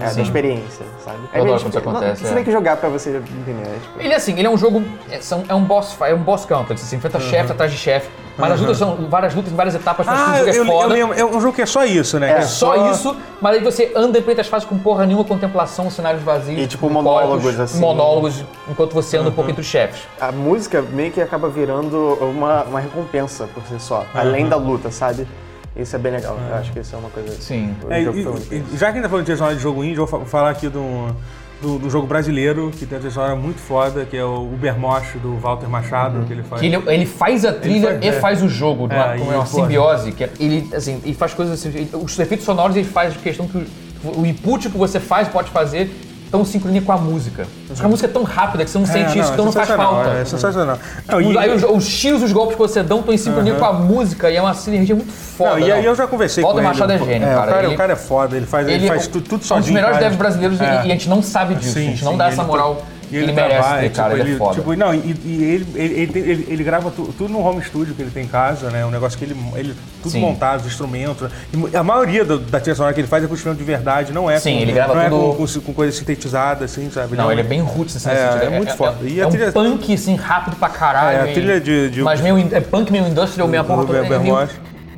[SPEAKER 3] É, da
[SPEAKER 2] Sim.
[SPEAKER 3] experiência, sabe? É
[SPEAKER 2] adoro
[SPEAKER 3] meio
[SPEAKER 2] quando
[SPEAKER 3] espe-
[SPEAKER 2] isso acontece,
[SPEAKER 3] Não, você
[SPEAKER 2] é.
[SPEAKER 3] tem que jogar pra você entender. né? Tipo,
[SPEAKER 2] Ele é assim, ele é um jogo. É, são- é um boss fight, é um boss counter. Você enfrenta chefe atrás de chefe. Mas as lutas são várias lutas em várias etapas, mas
[SPEAKER 1] Uhum. Ah,
[SPEAKER 2] tudo
[SPEAKER 1] eu,
[SPEAKER 2] é
[SPEAKER 1] eu
[SPEAKER 2] foda.
[SPEAKER 1] lembro. É um jogo que é só isso, né?
[SPEAKER 3] É.
[SPEAKER 1] Que é
[SPEAKER 2] Só isso, mas aí você anda entre as fases com porra nenhuma, contemplação, cenários vazios.
[SPEAKER 3] E, tipo,
[SPEAKER 2] bucólicos,
[SPEAKER 3] monólogos, assim.
[SPEAKER 2] Monólogos, enquanto você anda um
[SPEAKER 1] Uhum.
[SPEAKER 2] pouco entre os chefes.
[SPEAKER 3] a música meio que acaba virando uma, uma recompensa por si só, além da luta, sabe? Isso é bem legal. Eu acho que isso é uma coisa.
[SPEAKER 2] Sim.
[SPEAKER 3] o
[SPEAKER 1] É,
[SPEAKER 3] jogo
[SPEAKER 1] e-
[SPEAKER 3] foi muito
[SPEAKER 1] e- já que a gente tá falando de trilha sonora de jogo indie, eu vou fa- falar aqui do, do, do jogo brasileiro, que tem uma trilha sonora muito foda, que é o Ubermosh, do Walter Machado, que ele faz.
[SPEAKER 2] Que ele, é um ele faz a trilha
[SPEAKER 1] faz-
[SPEAKER 2] e
[SPEAKER 1] é.
[SPEAKER 2] faz o jogo, de uma,
[SPEAKER 1] É,
[SPEAKER 2] como
[SPEAKER 1] e,
[SPEAKER 2] é uma
[SPEAKER 1] pô,
[SPEAKER 2] simbiose. Que é- ele, assim, ele faz coisas assim, ele- os efeitos sonoros ele faz questão que o, o input que você faz, pode fazer, tão em sincronia com a música. Só que a música é tão rápida que você não
[SPEAKER 1] É,
[SPEAKER 2] sente isso,
[SPEAKER 1] é
[SPEAKER 2] então não faz
[SPEAKER 1] sensacional,
[SPEAKER 2] falta.
[SPEAKER 1] É sensacional. Não,
[SPEAKER 2] Os-
[SPEAKER 1] e-
[SPEAKER 2] aí os, os tiros, os golpes que você dão estão em sincronia com a música e é uma sinergia muito foda.
[SPEAKER 1] não, e aí
[SPEAKER 2] não.
[SPEAKER 1] eu já conversei
[SPEAKER 2] Walter
[SPEAKER 1] com ele.
[SPEAKER 2] Machado é gênio,
[SPEAKER 1] o
[SPEAKER 2] cara. Ele-
[SPEAKER 1] O cara é foda, ele faz, ele
[SPEAKER 2] Ele
[SPEAKER 1] faz
[SPEAKER 2] é
[SPEAKER 1] tu- tudo,
[SPEAKER 2] um
[SPEAKER 1] sozinho.
[SPEAKER 2] dos melhores
[SPEAKER 1] cara.
[SPEAKER 2] devs brasileiros e-
[SPEAKER 1] É.
[SPEAKER 2] e a gente não sabe disso. a
[SPEAKER 1] Sim,
[SPEAKER 2] gente não
[SPEAKER 1] sim,
[SPEAKER 2] dá
[SPEAKER 1] ele
[SPEAKER 2] essa
[SPEAKER 1] tra-
[SPEAKER 2] moral
[SPEAKER 1] e
[SPEAKER 2] que ele, merece
[SPEAKER 1] trabalha,
[SPEAKER 2] ter, cara.
[SPEAKER 1] tipo,
[SPEAKER 2] ele, é foda.
[SPEAKER 1] tipo, não, e, e ele, ele, ele, tem- ele- ele grava tu- tudo no home studio que ele tem em casa, né? Um negócio que ele. ele tudo
[SPEAKER 2] Sim.
[SPEAKER 1] montado, os instrumentos. E a maioria do- da trilha sonora que ele faz é com instrumento de verdade, não é
[SPEAKER 2] Sim,
[SPEAKER 1] com,
[SPEAKER 2] ele grava
[SPEAKER 1] não
[SPEAKER 2] tudo-
[SPEAKER 1] É com, com, com coisa sintetizada, assim, sabe?
[SPEAKER 2] não,
[SPEAKER 1] é um-
[SPEAKER 2] ele é bem roots assim,
[SPEAKER 1] É,
[SPEAKER 2] nesse sentido.
[SPEAKER 1] é muito foda.
[SPEAKER 2] É,
[SPEAKER 1] E a
[SPEAKER 2] é
[SPEAKER 1] trilha-
[SPEAKER 2] um punk, assim, rápido pra caralho.
[SPEAKER 1] É, a
[SPEAKER 2] e-
[SPEAKER 1] trilha de- de-
[SPEAKER 2] Mas meio... in- É punk, meio industrial, meio a porra
[SPEAKER 1] do
[SPEAKER 2] toda,
[SPEAKER 1] Weber
[SPEAKER 2] é meio-
[SPEAKER 1] Roth.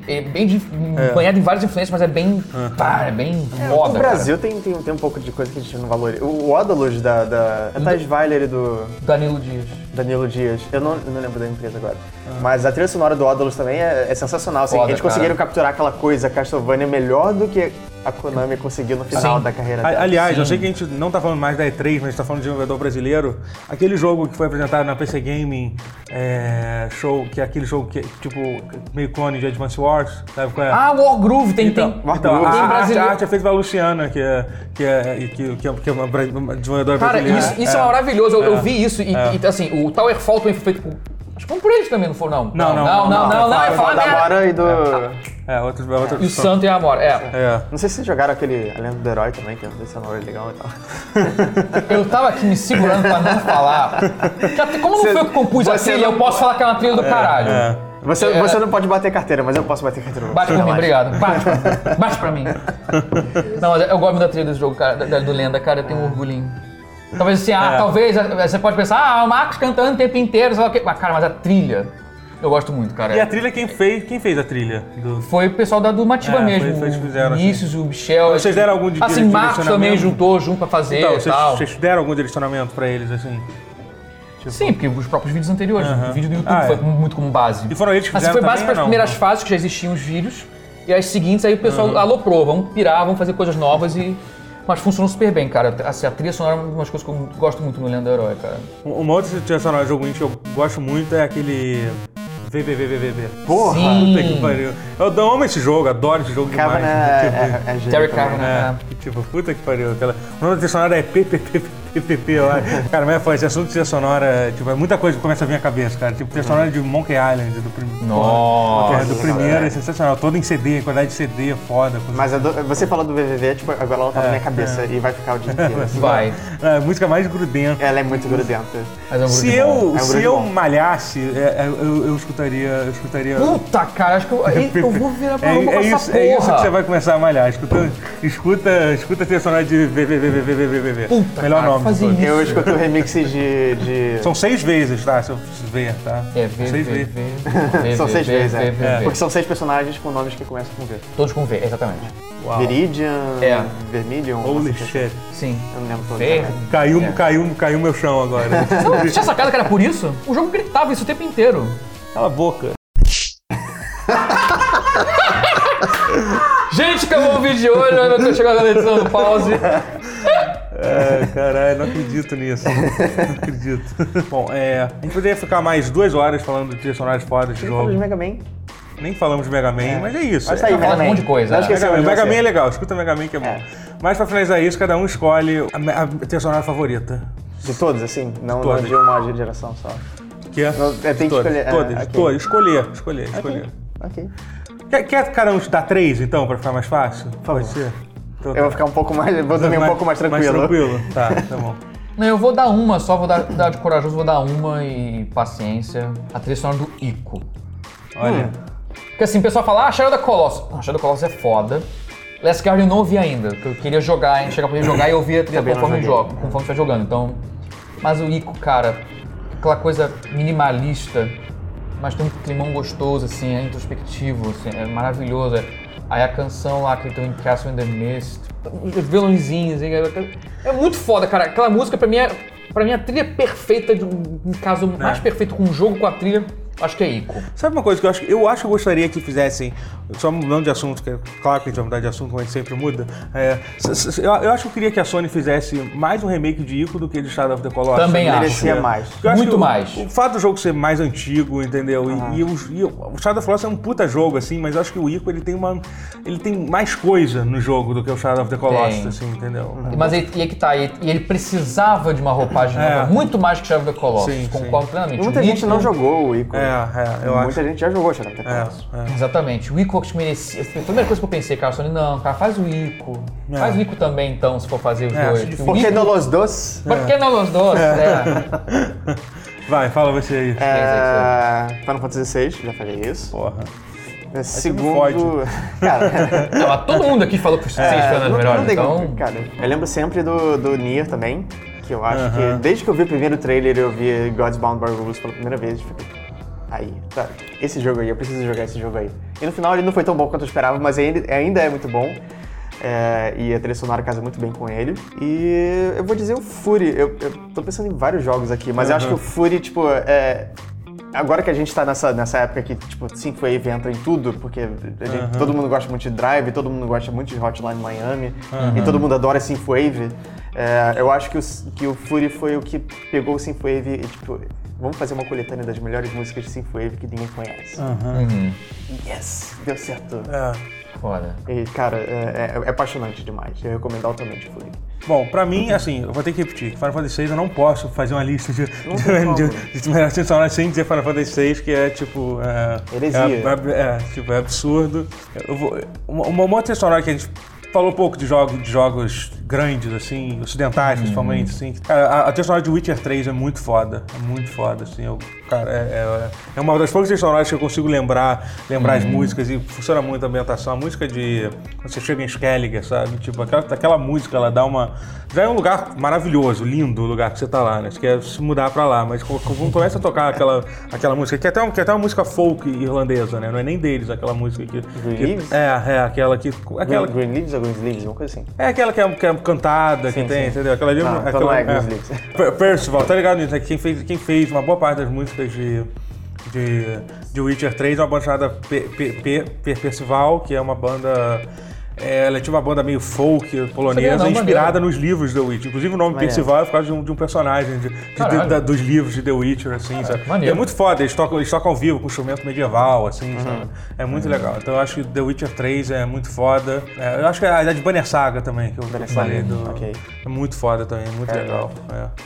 [SPEAKER 2] É bem de, banhado em várias influências, mas é bem...
[SPEAKER 1] Ah.
[SPEAKER 2] Pá, é bem
[SPEAKER 3] O
[SPEAKER 2] moda,
[SPEAKER 3] Brasil tem, tem, tem um pouco de coisa que a gente não valoriza. O Odalus da, da é Thais Weiler e do
[SPEAKER 2] cara. Danilo Dias.
[SPEAKER 3] Danilo Dias, eu não, eu não lembro da empresa agora. Mas a trilha sonora do Odalus também é, é sensacional. assim.
[SPEAKER 2] Foda,
[SPEAKER 3] Eles conseguiram
[SPEAKER 2] cara.
[SPEAKER 3] capturar aquela coisa Castlevania melhor do que a Konami conseguiu no final
[SPEAKER 2] Sim.
[SPEAKER 3] da carreira
[SPEAKER 1] A-
[SPEAKER 3] dela.
[SPEAKER 1] Aliás, eu sei que a gente não tá falando mais da E3, mas a gente tá falando de desenvolvedor brasileiro. Aquele jogo que foi apresentado na PC Gaming é, Show, que é aquele jogo que é tipo meio clone de Advance Wars, sabe qual é?
[SPEAKER 2] Ah, War Groove tem... tem,
[SPEAKER 1] então,
[SPEAKER 2] tem
[SPEAKER 1] a, arte, a
[SPEAKER 2] brasileiro.
[SPEAKER 1] arte é feita pela Luciana, que é, que é, e que, que é, que é uma, bra- uma desenvolvedora
[SPEAKER 2] Cara,
[SPEAKER 1] brasileira. É.
[SPEAKER 2] isso, isso é. maravilhoso. Eu, eu vi isso e, e, assim, o Tower Fall também foi feito por... Acho que foram por eles também, não foram, não?
[SPEAKER 1] Não, não,
[SPEAKER 2] Não, não, não, não, é
[SPEAKER 3] Fala
[SPEAKER 2] foda,
[SPEAKER 3] da
[SPEAKER 2] é.
[SPEAKER 3] Mora e do.
[SPEAKER 1] É, outro, outro
[SPEAKER 2] E o Santo e a Amora, é.
[SPEAKER 1] É.
[SPEAKER 3] Não sei se vocês jogaram aquele Além do Herói também, que é uma trilha sonora legal e tal.
[SPEAKER 2] Eu tava aqui me segurando pra não falar. Que até- Como não foi eu que compus a
[SPEAKER 3] você
[SPEAKER 2] trilha,
[SPEAKER 3] não-
[SPEAKER 2] eu posso falar que é uma trilha do caralho.
[SPEAKER 3] Você,
[SPEAKER 2] É.
[SPEAKER 3] você não pode bater carteira, mas eu posso bater carteira.
[SPEAKER 2] Bate por
[SPEAKER 3] Relaxa.
[SPEAKER 2] mim, obrigado. Bate pra mim. Bate pra mim. Não, mas eu gosto muito da trilha desse jogo, cara, da- do Lenda, cara, eu tenho um orgulhinho. Talvez assim,
[SPEAKER 1] É.
[SPEAKER 2] ah, talvez, ah, você pode pensar, ah, o Marcos cantando o tempo inteiro, sei lá o quê. Mas, cara, mas a trilha, eu gosto muito, cara.
[SPEAKER 1] E a trilha quem fez? Quem fez a trilha? Do...
[SPEAKER 2] Foi o pessoal da do
[SPEAKER 1] É,
[SPEAKER 2] Mativa
[SPEAKER 1] foi-
[SPEAKER 2] mesmo.
[SPEAKER 1] foi eles que fizeram,
[SPEAKER 2] o Vinícius, o Michel.
[SPEAKER 1] vocês deram algum de- de
[SPEAKER 2] Assim, Marcos também
[SPEAKER 1] direcionamento?
[SPEAKER 2] juntou junto pra fazer
[SPEAKER 1] Então,
[SPEAKER 2] e
[SPEAKER 1] vocês,
[SPEAKER 2] tal.
[SPEAKER 1] vocês deram algum direcionamento pra eles, assim?
[SPEAKER 2] Sim, porque os próprios vídeos anteriores, o vídeo do YouTube
[SPEAKER 1] Ah, é.
[SPEAKER 2] foi muito como base.
[SPEAKER 1] E foram eles que
[SPEAKER 2] Assim,
[SPEAKER 1] fizeram
[SPEAKER 2] foi base
[SPEAKER 1] também,
[SPEAKER 2] para as
[SPEAKER 1] ou não?
[SPEAKER 2] primeiras fases, que já existiam os vídeos, e as seguintes aí o pessoal aloprou, vamos pirar, vamos fazer coisas novas e... Mas funcionou super bem, cara. Assim, a trilha sonora é uma das coisas que eu gosto muito no Lenda do Herói, cara.
[SPEAKER 1] Um, Uma outra trilha sonora de jogo indie que eu gosto muito é aquele. VVVVVV.
[SPEAKER 3] Porra!
[SPEAKER 1] Puta que pariu. Eu amo esse jogo, adoro esse jogo
[SPEAKER 3] Cava
[SPEAKER 1] demais.
[SPEAKER 3] na-
[SPEAKER 1] Tipo,
[SPEAKER 3] é- é gênio
[SPEAKER 2] Terry
[SPEAKER 3] também.
[SPEAKER 2] Cavan,
[SPEAKER 1] é,
[SPEAKER 2] né?
[SPEAKER 1] tipo, puta que pariu. Aquela... O nome da trilha sonora é PPPPPP lá. Cara, mas foi esse assunto de trilha sonora, tipo, é muita coisa que começa a vir à cabeça, cara. Tipo, trilha sonora de Monkey Island, do, prim...
[SPEAKER 2] Nossa,
[SPEAKER 1] porra, do primeiro, é sensacional. Todo em CD, qualidade de CD, foda. coisa-
[SPEAKER 3] Mas a do- você falou do VVV, tipo, agora ela tá
[SPEAKER 2] É.
[SPEAKER 3] na minha cabeça e vai ficar o dia inteiro. assim.
[SPEAKER 2] Vai.
[SPEAKER 1] É, a música mais grudenta.
[SPEAKER 3] Ela é muito grudenta.
[SPEAKER 2] Mas é um
[SPEAKER 1] Se
[SPEAKER 2] grupo
[SPEAKER 1] eu,
[SPEAKER 2] bom.
[SPEAKER 3] É um
[SPEAKER 1] se
[SPEAKER 3] grande
[SPEAKER 1] eu
[SPEAKER 3] bom.
[SPEAKER 1] malhasse, é, é, eu, eu escutaria. Eu escutaria
[SPEAKER 2] Puta, cara, acho que eu, eu- eu vou virar pra
[SPEAKER 1] É,
[SPEAKER 2] roupa
[SPEAKER 1] é
[SPEAKER 2] com essa
[SPEAKER 1] isso,
[SPEAKER 2] porra.
[SPEAKER 1] é isso que você vai começar a malhar. Escuta, escuta, escuta a trilha sonora de VVVVVVV.
[SPEAKER 2] Puta,
[SPEAKER 1] Melhor
[SPEAKER 2] cara,
[SPEAKER 1] nome
[SPEAKER 2] fazer isso.
[SPEAKER 3] Eu escutei o remix de. de-
[SPEAKER 1] São seis vezes, tá? Se eu ver, tá?
[SPEAKER 2] É, V, V,
[SPEAKER 1] seis
[SPEAKER 2] V,
[SPEAKER 1] vezes.
[SPEAKER 2] V,
[SPEAKER 3] São
[SPEAKER 2] V,
[SPEAKER 3] seis
[SPEAKER 2] V,
[SPEAKER 3] vezes,
[SPEAKER 2] V,
[SPEAKER 3] é.
[SPEAKER 2] V, V.
[SPEAKER 3] Porque são seis personagens com nomes que começam com V.
[SPEAKER 2] Todos com V, exatamente.
[SPEAKER 1] Uau.
[SPEAKER 3] Viridian,
[SPEAKER 2] Ah. É.
[SPEAKER 3] Vermilion.
[SPEAKER 1] Holy
[SPEAKER 3] não sei o quê.
[SPEAKER 1] shit.
[SPEAKER 2] Sim.
[SPEAKER 3] Eu não lembro todo.
[SPEAKER 2] Ver-
[SPEAKER 3] também.
[SPEAKER 1] Caiu,
[SPEAKER 2] É.
[SPEAKER 1] caiu, caiu meu chão agora.
[SPEAKER 2] Você tinha sacado que era por isso? O jogo gritava isso o tempo inteiro.
[SPEAKER 1] Cala a boca.
[SPEAKER 2] Gente, acabou o vídeo de hoje, né? eu tô chegando na edição do pause.
[SPEAKER 1] É, caralho, não acredito nisso. Não acredito. Bom, é, a gente poderia ficar mais duas horas falando de trilhas sonoras fora de
[SPEAKER 3] Fala de
[SPEAKER 1] jogo.
[SPEAKER 3] Mega Man.
[SPEAKER 1] Nem falamos de Mega Man, mas é isso.
[SPEAKER 3] Mas tá aí,
[SPEAKER 1] É,
[SPEAKER 2] Mega
[SPEAKER 3] Mega
[SPEAKER 2] Man.
[SPEAKER 3] Man.
[SPEAKER 2] um monte de coisa,
[SPEAKER 3] Não
[SPEAKER 2] é.
[SPEAKER 3] esqueceu
[SPEAKER 1] Mega,
[SPEAKER 3] de
[SPEAKER 1] Man, Mega
[SPEAKER 3] você.
[SPEAKER 1] Man é legal, escuta Mega Man que é bom.
[SPEAKER 3] É.
[SPEAKER 1] Mas pra finalizar isso, cada um escolhe a, me- a trilha sonora favorita.
[SPEAKER 3] De todos, assim? Não, não
[SPEAKER 1] todos.
[SPEAKER 3] de uma geração só.
[SPEAKER 1] Que é?
[SPEAKER 3] Não, é, tem que
[SPEAKER 1] todas,
[SPEAKER 3] escolher, é,
[SPEAKER 1] Todas,
[SPEAKER 3] ok.
[SPEAKER 1] todas. Escolher, escolher, escolher.
[SPEAKER 3] Ok.
[SPEAKER 1] Quer, quer cada um dar três, então, pra ficar mais fácil? Pode
[SPEAKER 3] favor.
[SPEAKER 1] ser? Então,
[SPEAKER 3] Eu vou ficar um pouco mais. Vou dormir um pouco mais tranquilo.
[SPEAKER 1] Mais tranquilo, tá, tá bom.
[SPEAKER 2] Não, eu vou dar uma só, vou dar, dar de corajoso, vou dar uma e paciência. A trilha sonora do Ico.
[SPEAKER 1] Olha.
[SPEAKER 2] Porque assim, o pessoal fala, ah, Shadow da Colossus. Não, Shadow da Colossus é foda. Last Guard eu não ouvi ainda, porque eu queria jogar, hein? chegar pra poder jogar e ouvir a trilha
[SPEAKER 3] Também não
[SPEAKER 2] conforme eu
[SPEAKER 3] joguei.
[SPEAKER 2] jogo, conforme eu jogando, então... Mas o Ico, cara, aquela coisa minimalista, mas tem um climão gostoso, assim, é introspectivo, assim, é maravilhoso. é- Aí a canção lá que tem em Castle in the Mist, os violãozinhos, hein? é é muito foda, cara. Aquela música pra mim é, pra mim é a trilha perfeita, de um um caso
[SPEAKER 3] É.
[SPEAKER 2] mais perfeito com um jogo, com a trilha, acho que é Ico.
[SPEAKER 1] Sabe uma coisa que eu acho que eu acho que eu gostaria que fizessem, só mudando de assunto, que é claro que a gente vai mudar de assunto, como a gente sempre muda. é, s- s- eu, eu acho que eu queria que a Sony fizesse mais um remake de Ico do que de Shadow of the Colossus.
[SPEAKER 2] Também acho.
[SPEAKER 3] Merecia é mais.
[SPEAKER 1] Porque eu acho é.
[SPEAKER 2] Muito
[SPEAKER 1] que o-
[SPEAKER 2] mais.
[SPEAKER 1] O fato do jogo ser mais antigo, entendeu? E- E, os- e o, o Shadow of the Colossus é um puta jogo, assim, mas eu acho que o Ico ele tem uma. ele tem mais coisa no jogo do que o Shadow of the Colossus,
[SPEAKER 2] Tem.
[SPEAKER 1] assim, entendeu?
[SPEAKER 2] Mas ele, e é que tá, e, e ele precisava de uma roupagem
[SPEAKER 1] É.
[SPEAKER 2] nova, muito mais que Shadow of the Colossus,
[SPEAKER 1] Sim,
[SPEAKER 2] concordo plenamente.
[SPEAKER 3] Muita
[SPEAKER 2] O
[SPEAKER 3] gente
[SPEAKER 2] Ico-
[SPEAKER 3] não jogou o Ico.
[SPEAKER 1] É, é, eu acho.
[SPEAKER 3] Muita gente já jogou Shadow of the
[SPEAKER 1] É,
[SPEAKER 3] Colossus.
[SPEAKER 1] é.
[SPEAKER 2] Exatamente, o Ico eu acho que merecia. Foi a primeira coisa que eu pensei, cara, Sony, não, cara, faz o Ico.
[SPEAKER 1] É.
[SPEAKER 2] Faz o Ico também, então, se for fazer os
[SPEAKER 1] É, acho
[SPEAKER 2] dois.
[SPEAKER 1] difícil.
[SPEAKER 2] O
[SPEAKER 3] Porque
[SPEAKER 2] Ico-
[SPEAKER 3] no Los Dos.
[SPEAKER 2] Por que não os dois? É.
[SPEAKER 1] Vai, fala você aí.
[SPEAKER 3] É, Final Fantasy VI, já falei isso.
[SPEAKER 1] Porra.
[SPEAKER 3] Segundo. Cara,
[SPEAKER 2] Não, É, mas todo mundo aqui falou que os seis foram os
[SPEAKER 3] É, não-
[SPEAKER 2] melhores,
[SPEAKER 3] não tem
[SPEAKER 2] então...
[SPEAKER 3] como, cara. Eu lembro sempre do, do Nier também, que eu acho
[SPEAKER 1] Aham.
[SPEAKER 3] que desde que eu vi o primeiro trailer eu vi God's Bound by Rules pela primeira vez e fiquei. Aí, tá. Esse jogo aí, eu preciso jogar esse jogo aí. E no final ele não foi tão bom quanto eu esperava, mas ele ainda é muito bom. É, e a trilha sonora casa muito bem com ele. E eu vou dizer o Fury. Eu, eu tô pensando em vários jogos aqui, mas eu acho que o Fury, tipo, é, Agora que a gente tá nessa, nessa época que, tipo, Synthwave entra em tudo, porque a gente- todo mundo gosta muito de Drive, todo mundo gosta muito de Hotline Miami, e todo mundo adora Synthwave, é, eu acho que o, que o Fury foi o que pegou o Synthwave e, tipo, vamos fazer uma coletânea das melhores músicas de Synthwave que ninguém conhece. Yes! Deu certo!
[SPEAKER 1] É.
[SPEAKER 2] uhum, Foda.
[SPEAKER 3] E, cara, é, é- é apaixonante demais. Eu recomendo altamente o Fury.
[SPEAKER 1] Bom, pra mim, assim, eu vou ter que repetir. que Final Fantasy VI eu não posso fazer uma lista de,
[SPEAKER 3] Não tem como.
[SPEAKER 1] de, de, de melhores trilhas sonoras sem dizer Final Fantasy VI, que é tipo. É,
[SPEAKER 3] Heresia.
[SPEAKER 1] É, é, é, tipo, é absurdo. Eu vou, uma, uma outra trilha sonora que a gente falou pouco de, jogo, de jogos grandes, assim, ocidentais principalmente, assim. Cara, a, a trilha sonora de Witcher 3 é muito foda. É muito foda, assim. Eu, cara, é, é, é uma das poucas trilhas sonoras que eu consigo lembrar, lembrar as músicas e funciona muito a ambientação. A música de. Quando você chega em Skellige, sabe? Tipo, aquela, aquela música, ela dá uma. Já é um lugar maravilhoso, lindo o lugar que você tá lá, né? Você quer se mudar pra lá, mas co- quando começa a tocar aquela, aquela música, que é, até um- que é até uma música folk irlandesa, né? Não é nem deles aquela música que.
[SPEAKER 3] Green
[SPEAKER 1] que
[SPEAKER 3] Leaves?
[SPEAKER 1] é, é, aquela que. Aquela,
[SPEAKER 3] Green, Green Leaves ou Green Sleeves? Uma coisa assim.
[SPEAKER 1] é aquela que é, que é cantada, que
[SPEAKER 3] Sim,
[SPEAKER 1] tem,
[SPEAKER 3] sim.
[SPEAKER 1] entendeu? Aquela ali
[SPEAKER 3] Não, então
[SPEAKER 1] aquela,
[SPEAKER 3] não é Green Sleeves.
[SPEAKER 1] Per- Percival, tá ligado nisso? né? Quem fez, quem fez uma boa parte das músicas de, de, de Witcher 3 é uma banda chamada Pe- Pe- Pe- Pe- Percival, que é uma banda. é, ela tinha uma banda meio folk
[SPEAKER 2] Sabia
[SPEAKER 1] polonesa,
[SPEAKER 2] não,
[SPEAKER 1] inspirada nos livros The Witcher. Inclusive o nome
[SPEAKER 3] Maneiro.
[SPEAKER 1] Percival é por causa de um, de um personagem de- de-
[SPEAKER 2] Caralho.
[SPEAKER 1] da- dos livros de The Witcher, assim, sabe?
[SPEAKER 2] maneiro. Uhum.
[SPEAKER 1] E é muito foda, eles tocam, eles tocam ao vivo com instrumento medieval, assim, sabe? É muito legal. Então eu acho que The Witcher 3 é muito foda. É, eu acho que a, a de Banner Saga também, que eu
[SPEAKER 3] Banner
[SPEAKER 1] falei
[SPEAKER 3] Saga,
[SPEAKER 1] do-
[SPEAKER 3] ok.
[SPEAKER 1] é muito foda também, muito legal.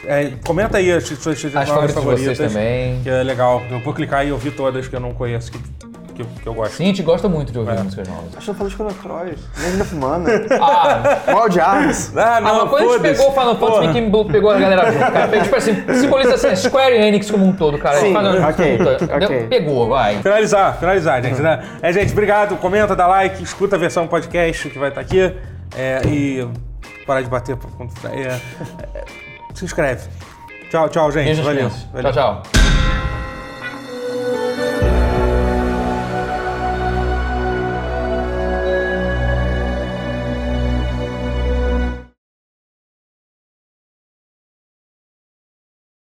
[SPEAKER 1] É. É, comenta aí as suas suas
[SPEAKER 2] As
[SPEAKER 1] novelas
[SPEAKER 2] favoritas de vocês também.
[SPEAKER 1] Que é legal. Eu vou clicar e ouvir todas que eu não conheço, que, que, que eu gosto.
[SPEAKER 2] Sim, a gente gosta muito de ouvir músicas novas.
[SPEAKER 3] Acho que eu falei de Chrono Cross. Legend of Mana.
[SPEAKER 2] Ah,
[SPEAKER 3] Wild Arms.
[SPEAKER 1] Ah,
[SPEAKER 2] ah, mas quando a gente
[SPEAKER 1] foda-se.
[SPEAKER 2] pegou o Final Fantasy, meio que pegou a galera junto, cara. Pegou, Tipo assim, simboliza assim, Square Enix como um todo, cara.
[SPEAKER 3] Sim,
[SPEAKER 2] Final-
[SPEAKER 3] ok,
[SPEAKER 2] puta,
[SPEAKER 3] ok.
[SPEAKER 2] Pegou, vai.
[SPEAKER 1] Finalizar, finalizar, gente. Né? É, gente, obrigado. Comenta, dá like, escuta a versão tá podcast que vai estar aqui. É, e parar de bater. pra- quando- É, é, se inscreve. Tchau, tchau, gente.
[SPEAKER 2] Beijos
[SPEAKER 1] Valeu.
[SPEAKER 2] imensos.
[SPEAKER 1] Valeu.
[SPEAKER 2] Tchau, tchau.